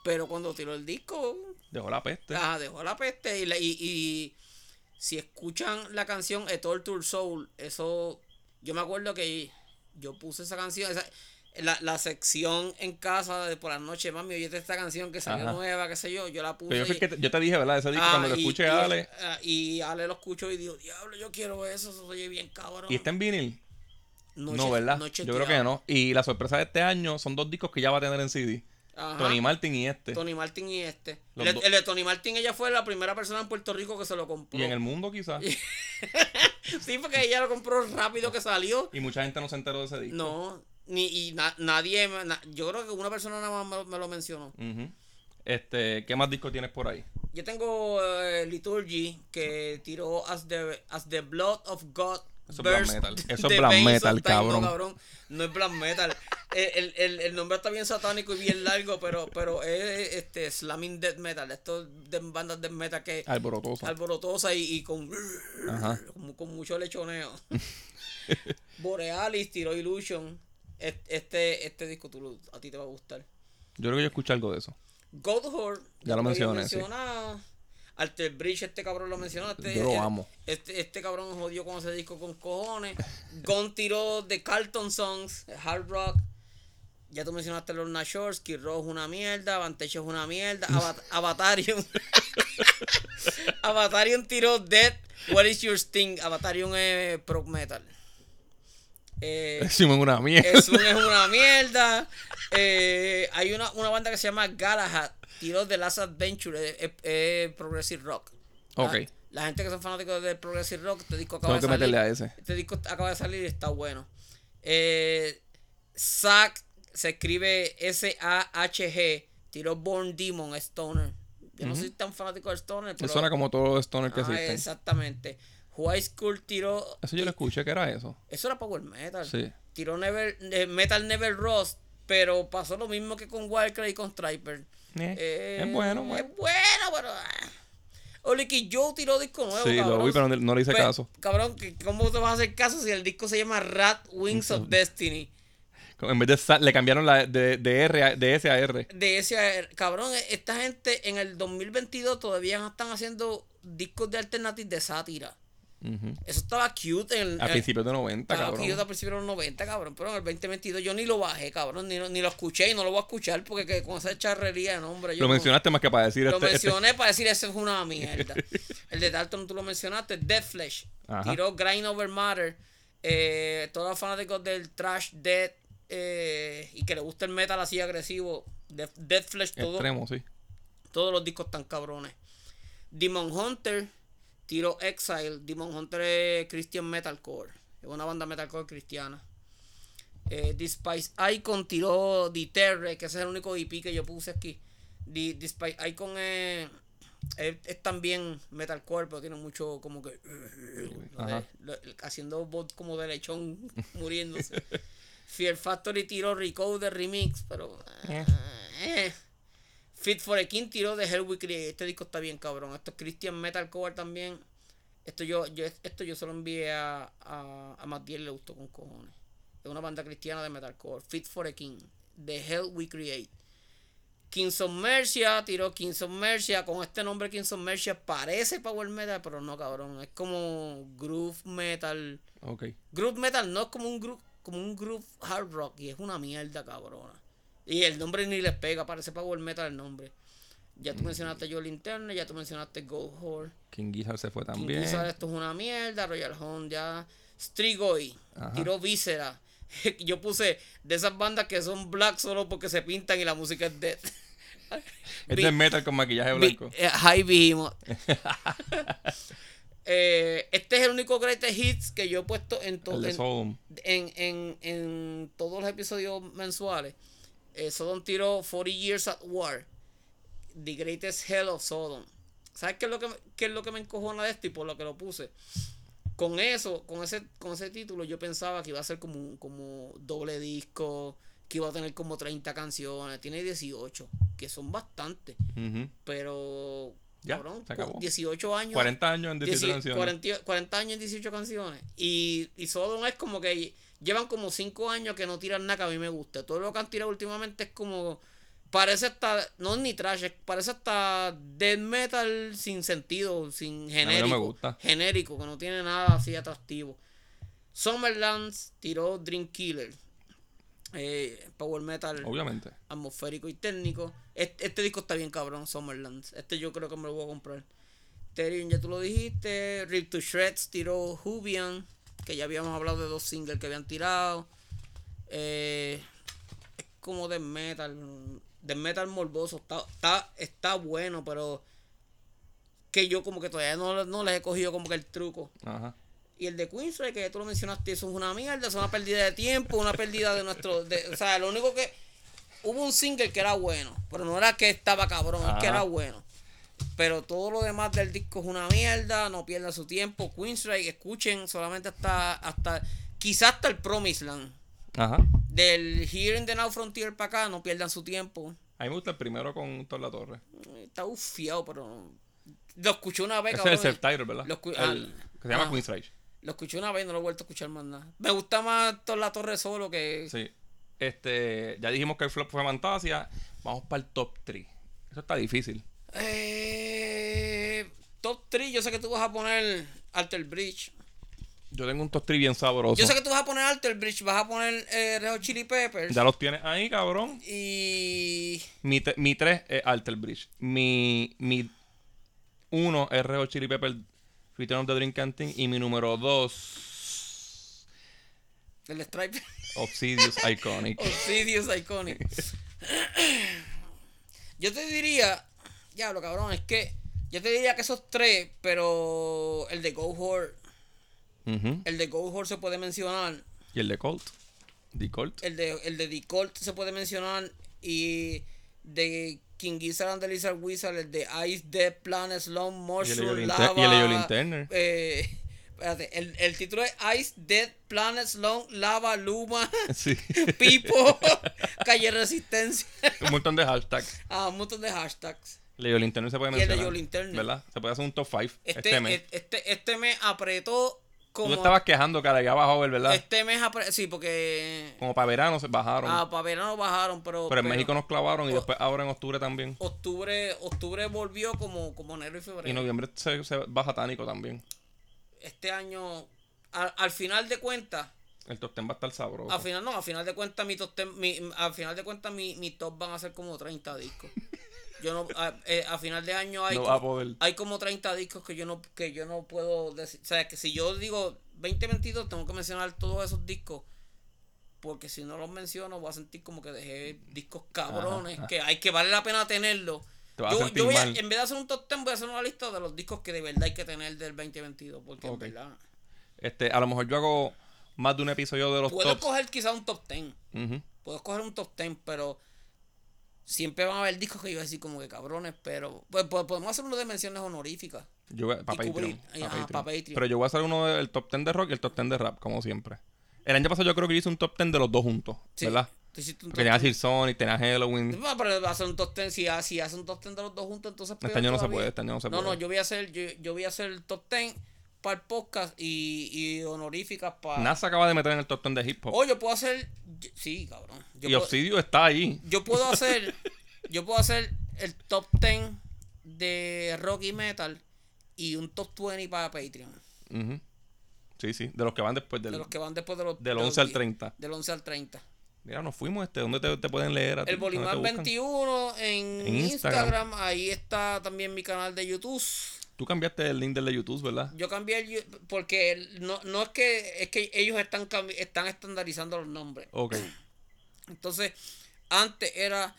C: Pero cuando tiró el disco,
B: Dejó la peste.
C: ajá, dejó la peste. Y, la- y- y si escuchan la canción A Torture Soul, eso. Yo me acuerdo que yo puse esa canción. esa- la, la sección en casa de por la noche, mami, oye esta canción que salió
B: Ajá.
C: nueva, qué sé yo. Yo la puse.
B: Pero yo, fui
C: y-
B: el que te, yo te dije, ¿verdad? Ese disco,
C: ah,
B: cuando lo
C: y-
B: escuché
C: y-
B: a Ale.
C: ah, Y Ale lo escuchó y dijo, diablo, yo quiero eso, eso se oye bien cabrón.
B: ¿Y está en vinil?
C: No
B: no,
C: che-
B: ¿verdad?
C: no
B: yo creo que
C: chequeado.
B: no. Y la sorpresa de este año son dos discos que ya va a tener en CD.
C: Ajá.
B: Tony Martin y este.
C: Tony Martin y este.
B: Los
C: el,
B: dos.
C: el de Tony Martin, ella fue la primera persona en Puerto Rico que se lo compró.
B: Y en el mundo quizás.
C: Sí, porque ella lo compró rápido que salió.
B: y mucha gente no se enteró de ese disco.
C: No, ni, y na- nadie, me- na- yo creo que una persona nada más me, lo- me lo mencionó.
B: Ujú. Este, ¿qué más discos tienes por ahí?
C: Yo tengo eh, Liturgy que tiró As the, As the Blood of God.
B: Eso es black
C: Burst
B: metal.
C: the
B: Eso es black
C: Veins of
B: metal,
C: Time. No,
B: cabrón.
C: No es black metal. Eh, El, el- el nombre está bien satánico y bien largo, pero, pero es este, slamming death metal. Esto de bandas death metal que
B: Alborotoso.
C: alborotosa y, y con,
B: Ajá.
C: con, con mucho lechoneo. Borealis tiró Illusion. Es- Este, este disco tú, lo- a ti te va a gustar.
B: yo creo que yo escuché algo de eso.
C: Goldhorn.
B: Ya lo mencioné, sí.
C: mencionado Alter Bridge, este cabrón lo mencionaste.
B: Yo lo
C: el-
B: amo.
C: Este, este cabrón jodió con ese disco con cojones. Gon tiró The Carlton Songs, Hard Rock. Ya tú mencionaste Lorna Shores, Kid Rock es una mierda, Vantage es una mierda, Ava- Avatarium. Avatarium tiró Dead, What is Your Sting? Avatarium es prog metal. Eh,
B: Es una mierda.
C: es, un- es una mierda. Eh, hay una, una banda que se llama Galahad, tiró de Last Adventure, es, es- es Progressive Rock. La-
B: Ok.
C: La, gente que son fanáticos del Progressive Rock, este disco acaba
B: Tengo que
C: de salir.
B: meterle a ese.
C: Este disco acaba de salir y está bueno. Eh, Zack se escribe S-A-H-G, tiró Born Demon, Stoner. Yo no soy tan fanático de Stoner, pero.
B: Suena como todos los stoners que
C: Ah,
B: existen.
C: exactamente. High School tiró.
B: Eso yo lo escuché, que era eso?
C: Eso era Power Metal.
B: Sí.
C: Tiró Never, eh, Metal Never Rust, pero pasó lo mismo que con Wildcard y con Striper.
B: Eh,
C: Eh,
B: es bueno, bueno.
C: Es bueno, pero. ah. Oliki Joe tiró disco nuevo.
B: Sí, lo
C: cabrón.
B: vi, pero no- no le hice
C: Pues,
B: caso.
C: Cabrón, ¿qué- ¿cómo te vas a hacer caso si el disco se llama Rat Wings of Destiny?
B: En vez de sa- le cambiaron la de, de R a- de S a R.
C: De ese. a- Cabrón, e-, esta gente en el 2022 todavía están haciendo discos de alternative de sátira.
B: Ujú.
C: Eso estaba cute en.
B: A
C: en-
B: principios de 90,
C: eh, Claro,
B: cabrón.
C: que Ah, yo al principio de los 90, cabrón, pero en el 2022 yo ni lo bajé, cabrón, ni, lo- ni lo escuché y no lo voy a escuchar porque que con esa charrería de nombre. Yo
B: Lo
C: no-
B: mencionaste más que para decir
C: Lo
B: este, este-
C: mencioné para decir eso es una mierda. el de Dalton tú lo mencionaste, Death Flesh,
B: Ajá.
C: tiró Grind Over Matter, eh, todos los fanáticos del trash death eh, y que le gusta el metal así agresivo, Death, Death Flesh, todo,
B: extremo, sí.
C: todos los discos tan cabrones. Demon Hunter tiró Exile. Demon Hunter es Christian Metalcore. Es una banda metalcore cristiana. Eh, The Spice Icon tiró Deterre, que ese es el único EP que yo puse aquí. The, The Spice Icon es, es, es también metalcore, pero tiene mucho como que... lo de-
B: Ajá.
C: lo- haciendo voz como de lechón muriéndose. Fear Factory tiró Recoder Remix, pero... eh. Fit for a King tiró de Hell We Create. Este disco está bien cabrón. Esto es Christian Metalcore también. Esto yo, yo, esto yo se lo envié a, a, a Matt Diel, le gustó con cojones. Es una banda cristiana de metalcore. Fit for a King. The Hell We Create. Kings of Mercia tiró Kings of Mercia. Con este nombre Kings of Mercia parece Power Metal, pero no cabrón. Es como Groove Metal.
B: Ok.
C: Groove metal no es como un groove, como un groove hard rock y es una mierda cabrona. Y el nombre ni les pega, parece power metal el nombre. Ya
B: Mm.
C: tú mencionaste Joel Internet, ya tú mencionaste Go Hall.
B: King Gizzard se fue
C: King
B: también.
C: Gizzard, esto es una mierda, Royal Home ya. Strigoi,
B: Ajá.
C: tiró Víscera. Yo puse de esas bandas que son black solo porque se pintan y la música es dead.
B: Este es metal con maquillaje blanco.
C: High Behemoth. Eh, este es el único Greatest Hits que yo he puesto en, todo
B: El de
C: en-
B: Sodom.
C: en, en, en todos los episodios mensuales, eh, Sodom tiró 40 Years at War, The Greatest Hell of Sodom. ¿Sabes qué es lo que, me- qué es lo que me encojona de esto y por lo que lo puse? Con eso, con ese, con ese título, yo pensaba que iba a ser como, un- como doble disco, que iba a tener como 30 canciones, tiene 18, que son bastantes,
B: Ujú.
C: pero...
B: Ya,
C: cabrón,
B: se acabó.
C: 18 años.
B: 40 años en 18
C: Dieci-
B: canciones.
C: 40, 40 años en 18 canciones. Y, y Sodom es como que llevan como 5 años que no tiran nada que a mí me gusta. Todo lo que han tirado últimamente es como. Parece hasta. No es ni trash, es- parece hasta death metal sin sentido, sin
B: no me
C: genérico.
B: gusta.
C: Genérico, que no tiene nada así atractivo. Summerlands tiró Dream Killer. eh, power metal
B: Obviamente.
C: atmosférico y técnico. Este, este disco está bien cabrón, Summerlands. Este yo creo que me lo voy a comprar. Therion, ya tú lo dijiste. Rip to Shreds tiró Jubian, que ya habíamos hablado de dos singles que habían tirado. Eh, es como de metal. De metal morboso. Está, está, está bueno, pero que yo como que todavía no, no les he cogido como que el truco.
B: Ajá.
C: Y el de Queensrÿche, que tú lo mencionaste, eso es una mierda, es una pérdida de tiempo, una pérdida de nuestro... de- o sea, lo único que... Hubo un single que era bueno, pero no era que estaba cabrón, es que
B: Ajá.
C: era bueno. Pero todo lo demás del disco es una mierda, no pierdan su tiempo. Queensrÿche, escuchen solamente hasta... hasta quizás hasta el Promised Land.
B: Ajá.
C: Del Here in the Now Frontier para acá, no pierdan su tiempo.
B: A mí me gusta el primero con Thor La Torre.
C: Está ufiado, pero... Lo escuché una vez,
B: Ese es el
C: cabrón. eh,
B: self-title, ¿verdad?
C: Los cu-
B: El-
C: ah,
B: que se llama
C: ah.
B: Queen's Rage.
C: Lo escuché una vez y no lo he vuelto a escuchar más nada. Me gusta más Thor La Torre solo que...
B: Sí. Este, ya dijimos que el flop fue Fantasia. Vamos para el top 3. Eso está difícil.
C: Eh, top 3, yo sé que tú vas a poner Alter Bridge.
B: Yo tengo un top 3 bien sabroso.
C: Yo sé que tú vas a poner Alter Bridge, vas a poner eh, Red Hot Chili Peppers.
B: Ya los tienes ahí, cabrón.
C: Y.
B: Mi, te- mi 3 es Alter Bridge. Mi, mi 1 es Red Hot Chili Pepper Return of the Dream Canting. Y mi número 2,
C: El Stripe.
B: Obsidious Iconic.
C: Obsidious Iconic. Yo te diría. Diablo, cabrón, es que. Yo te diría que esos tres, pero. El de Go Hard.
B: Ujú.
C: El de Go Hard se puede mencionar.
B: Y el de Colt. The Colt.
C: El de, el de The Cult se puede mencionar. Y de King Gizzard and the Lizard Wizard, el de Ice, Dead, Planet, Slow, Mushroom,
B: Yellow
C: Lava.
B: Lantern- y el de Yellow Lantern.
C: eh, espérate, el, el título es Ice, Dead, Planet, Slow, Lava, Luma,
B: Sí.
C: Pipo, Calle Resistencia.
B: un montón de hashtags.
C: Ah, un montón de hashtags.
B: El de Yolinterno se puede
C: Y el de
B: mencionar.
C: Yolinterno.
B: ¿Verdad? Se puede hacer un top 5 este,
C: Este,
B: mes.
C: e- este, este mes apretó como.
B: Tú estabas quejando que le había bajado el, ¿verdad?
C: Este mes apretó. Sí, porque.
B: Como para verano se bajaron.
C: Ah, para verano bajaron, pero. pues,
B: pero en México nos clavaron y
C: o-
B: después ahora en octubre también.
C: octubre, octubre volvió como, como enero y febrero.
B: Y noviembre se, se baja tánico también.
C: Este año, al, al final de cuentas,
B: El top 10 va a estar sabroso.
C: al final no, al final de cuentas mi top, ten- mi, al final de cuentas mi, mi top van a ser como 30 discos. Yo no, a, eh, a final de año hay,
B: No ah, pues va a
C: como,
B: poder.
C: hay como 30 discos que yo no, que yo no puedo decir. O sea, que si yo digo 2022 tengo que mencionar todos esos discos. Porque si no los menciono voy a sentir como que dejé discos cabrones.
B: Ajá, ajá.
C: Que hay que vale la pena tenerlos.
B: Te vas a
C: Yo,
B: sentir
C: yo voy a,
B: mal.
C: en vez de hacer un top 10 voy a hacer una lista de los discos que de verdad hay que tener del 2022. Porque
B: Ok.
C: en verdad.
B: Este, a lo mejor yo hago más de un episodio de los
C: Puedo
B: tops.
C: coger quizá un top 10.
B: Ujú.
C: Puedo coger un top 10, pero siempre van a haber discos que yo voy a decir como que cabrones, pero pues, pues, podemos hacer uno de menciones honoríficas.
B: Yo voy- pa'
C: Y
B: Patreon,
C: cubrir.
B: pa'
C: Ajá, pa' Patreon.
B: Pero yo voy a hacer uno del top 10 de rock y el top 10 de rap, como siempre. El año pasado yo creo que yo hice un top 10 de los dos juntos,
C: Sí, Este
B: ¿verdad?
C: tú hiciste un
B: Porque
C: top
B: tenías Sir Sonic, tenías Halloween.
C: No, pero hacer un top ten, si, ha- si hace un top ten de los dos juntos, entonces.
B: Este
C: peor
B: año no se
C: todavía.
B: puede, este año no se
C: No,
B: puede.
C: yo voy a hacer, yo, yo voy a hacer el top ten para el podcast y, y honoríficas para.
B: NASA acaba de meter en el top 10 de hip hop.
C: O yo puedo hacer. yo- Sí, cabrón. Yo,
B: y
C: puedo,
B: Obsidio está ahí.
C: yo puedo hacer. yo puedo hacer el top ten de rock y metal y un top 20 para Patreon.
B: Ujú. Sí, sí, de los que van después del,
C: de los que van después de los.
B: del
C: de los
B: 11 al
C: die-
B: 30.
C: Del 11 al 30.
B: Mira, nos fuimos este. ¿Dónde te, te pueden leer? A ti?
C: El
B: ¿Dónde te
C: Bolimar
B: buscan?
C: 21 en,
B: En Instagram.
C: Instagram. Ahí está también mi canal de YouTube.
B: Tú cambiaste el link del de YouTube, ¿verdad?
C: Yo cambié el yu- porque el- no, no es que es que ellos están cambi- están estandarizando los nombres.
B: Ok.
C: Entonces, antes era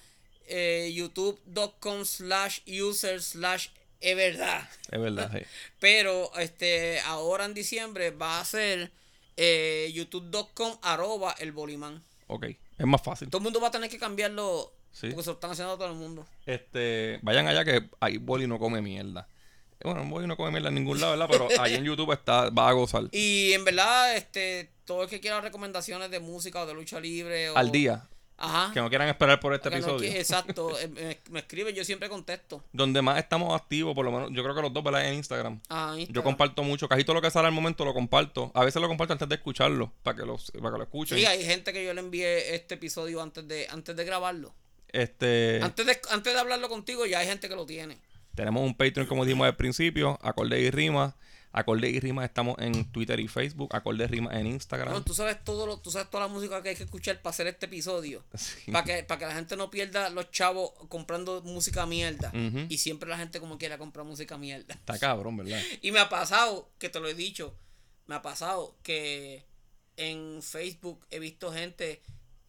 C: eh, youtube.com slash user slash es verdad.
B: Es verdad, sí.
C: Pero este ahora en diciembre va a ser eh, youtube.com arroba el bolimán.
B: Ok. Es más fácil.
C: Todo el mundo va a tener que cambiarlo
B: Sí.
C: porque se lo están haciendo a todo el mundo.
B: Este, vayan allá que ahí Boli no come mierda. Eh, Bueno, Boli no come mierda en ningún lado, ¿verdad? Pero ahí en YouTube está, va a gozar.
C: Y en verdad, este, todo el que quiera recomendaciones de música o de lucha libre o-
B: Al día.
C: Ajá.
B: Que no quieran esperar por este
C: Que no
B: episodio.
C: qui- exacto. eh, me, me escriben, yo siempre contesto.
B: Donde más estamos activos, por lo menos, yo creo que los dos, ¿verdad? En Instagram.
C: Ah,
B: Yo
C: Instagram.
B: comparto mucho, casi todo lo que sale al momento lo comparto. A veces lo comparto antes de escucharlo, para que, los, para que lo escuchen.
C: Sí, hay gente que yo le envié este episodio antes de antes de grabarlo.
B: Este,
C: Antes de, antes de hablarlo contigo, ya hay gente que lo tiene.
B: Tenemos un Patreon, como dijimos al principio, Acorde y Rimas. Acorde y Rimas estamos en Twitter y Facebook, Acorde y Rimas en Instagram.
C: Bueno, tú sabes todo lo, tú sabes toda la música que hay que escuchar para hacer este episodio.
B: Sí.
C: Para que, para que la gente no pierda los chavos comprando música mierda.
B: Ujú.
C: Y siempre la gente como quiera compra música mierda.
B: Está cabrón, ¿verdad?
C: Y me ha pasado, que te lo he dicho, me ha pasado que en Facebook he visto gente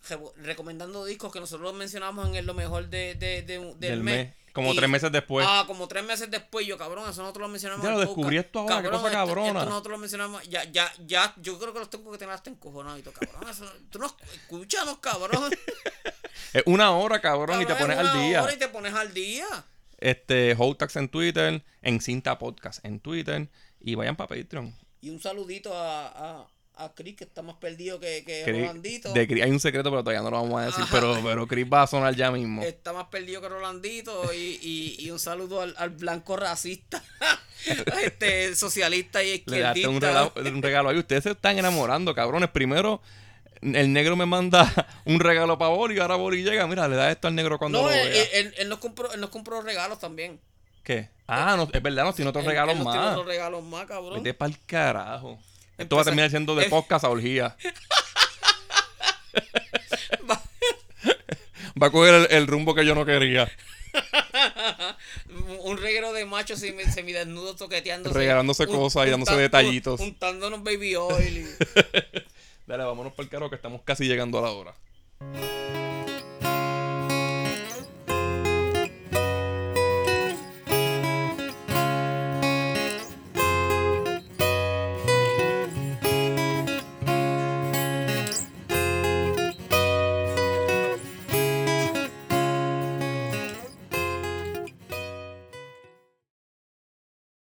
C: revo- recomendando discos que nosotros los mencionamos en el lo mejor de, de- de- del,
B: Del
C: mes.
B: mes. Como tres meses después.
C: Ah, como tres meses después. Yo, cabrón, eso nosotros lo mencionamos.
B: Ya
C: en
B: lo
C: el
B: descubrí
C: podcast.
B: esto ahora, qué cosa
C: esto-
B: cabrona.
C: esto nosotros lo mencionamos. Ya, ya, ya. Yo creo que los tengo que tener hasta encojonados. y todo, Cabrón, eso- tú no escúchanos, cabrón.
B: Es una hora, cabrón, y te
C: Cabrón,
B: pones al
C: una
B: día.
C: hora Y te pones al día.
B: Este, Hotax en Twitter, en Cinta Podcast en Twitter. Y vayan para Patreon.
C: Y un saludito a, a, a Chris, que está más perdido que, que
B: Cri-
C: Rolandito.
B: de Cri- hay un secreto, pero todavía no lo vamos a decir.
C: Ajá. Este,
B: Pero, pero Chris va a sonar ya mismo.
C: Está más perdido que Rolandito. Y, y- y un saludo al, al blanco racista, este socialista y
B: Le daste
C: izquierdista.
B: un regalo, un regalo ahí. Ustedes se están enamorando, cabrones. Primero, el negro me manda un regalo para Bori y ahora Bori llega. Mira, le da esto al negro cuando
C: no, eh,
B: lo
C: él,
B: vea.
C: él- él- él nos compró, él nos compró regalos también.
B: ¿Qué? Ah, no, es verdad, nos tiene otros
C: Él-
B: regalos
C: él nos tiene
B: más.
C: otros regalos más, cabrón.
B: Vete pa'l carajo. Esto va a
C: Empezar-
B: terminar siendo de
C: eh.
B: podcast a orgía.
C: Va-
B: Va a coger el, el rumbo que yo no quería.
C: un reguero de machos semi- semidesnudos toqueteándose.
B: Regalándose
C: Un-
B: cosas y
C: un
B: dándose
C: tan-
B: detallitos.
C: un- Untándonos baby oil. y-
B: Dale, vámonos para el carro que estamos casi llegando a la hora.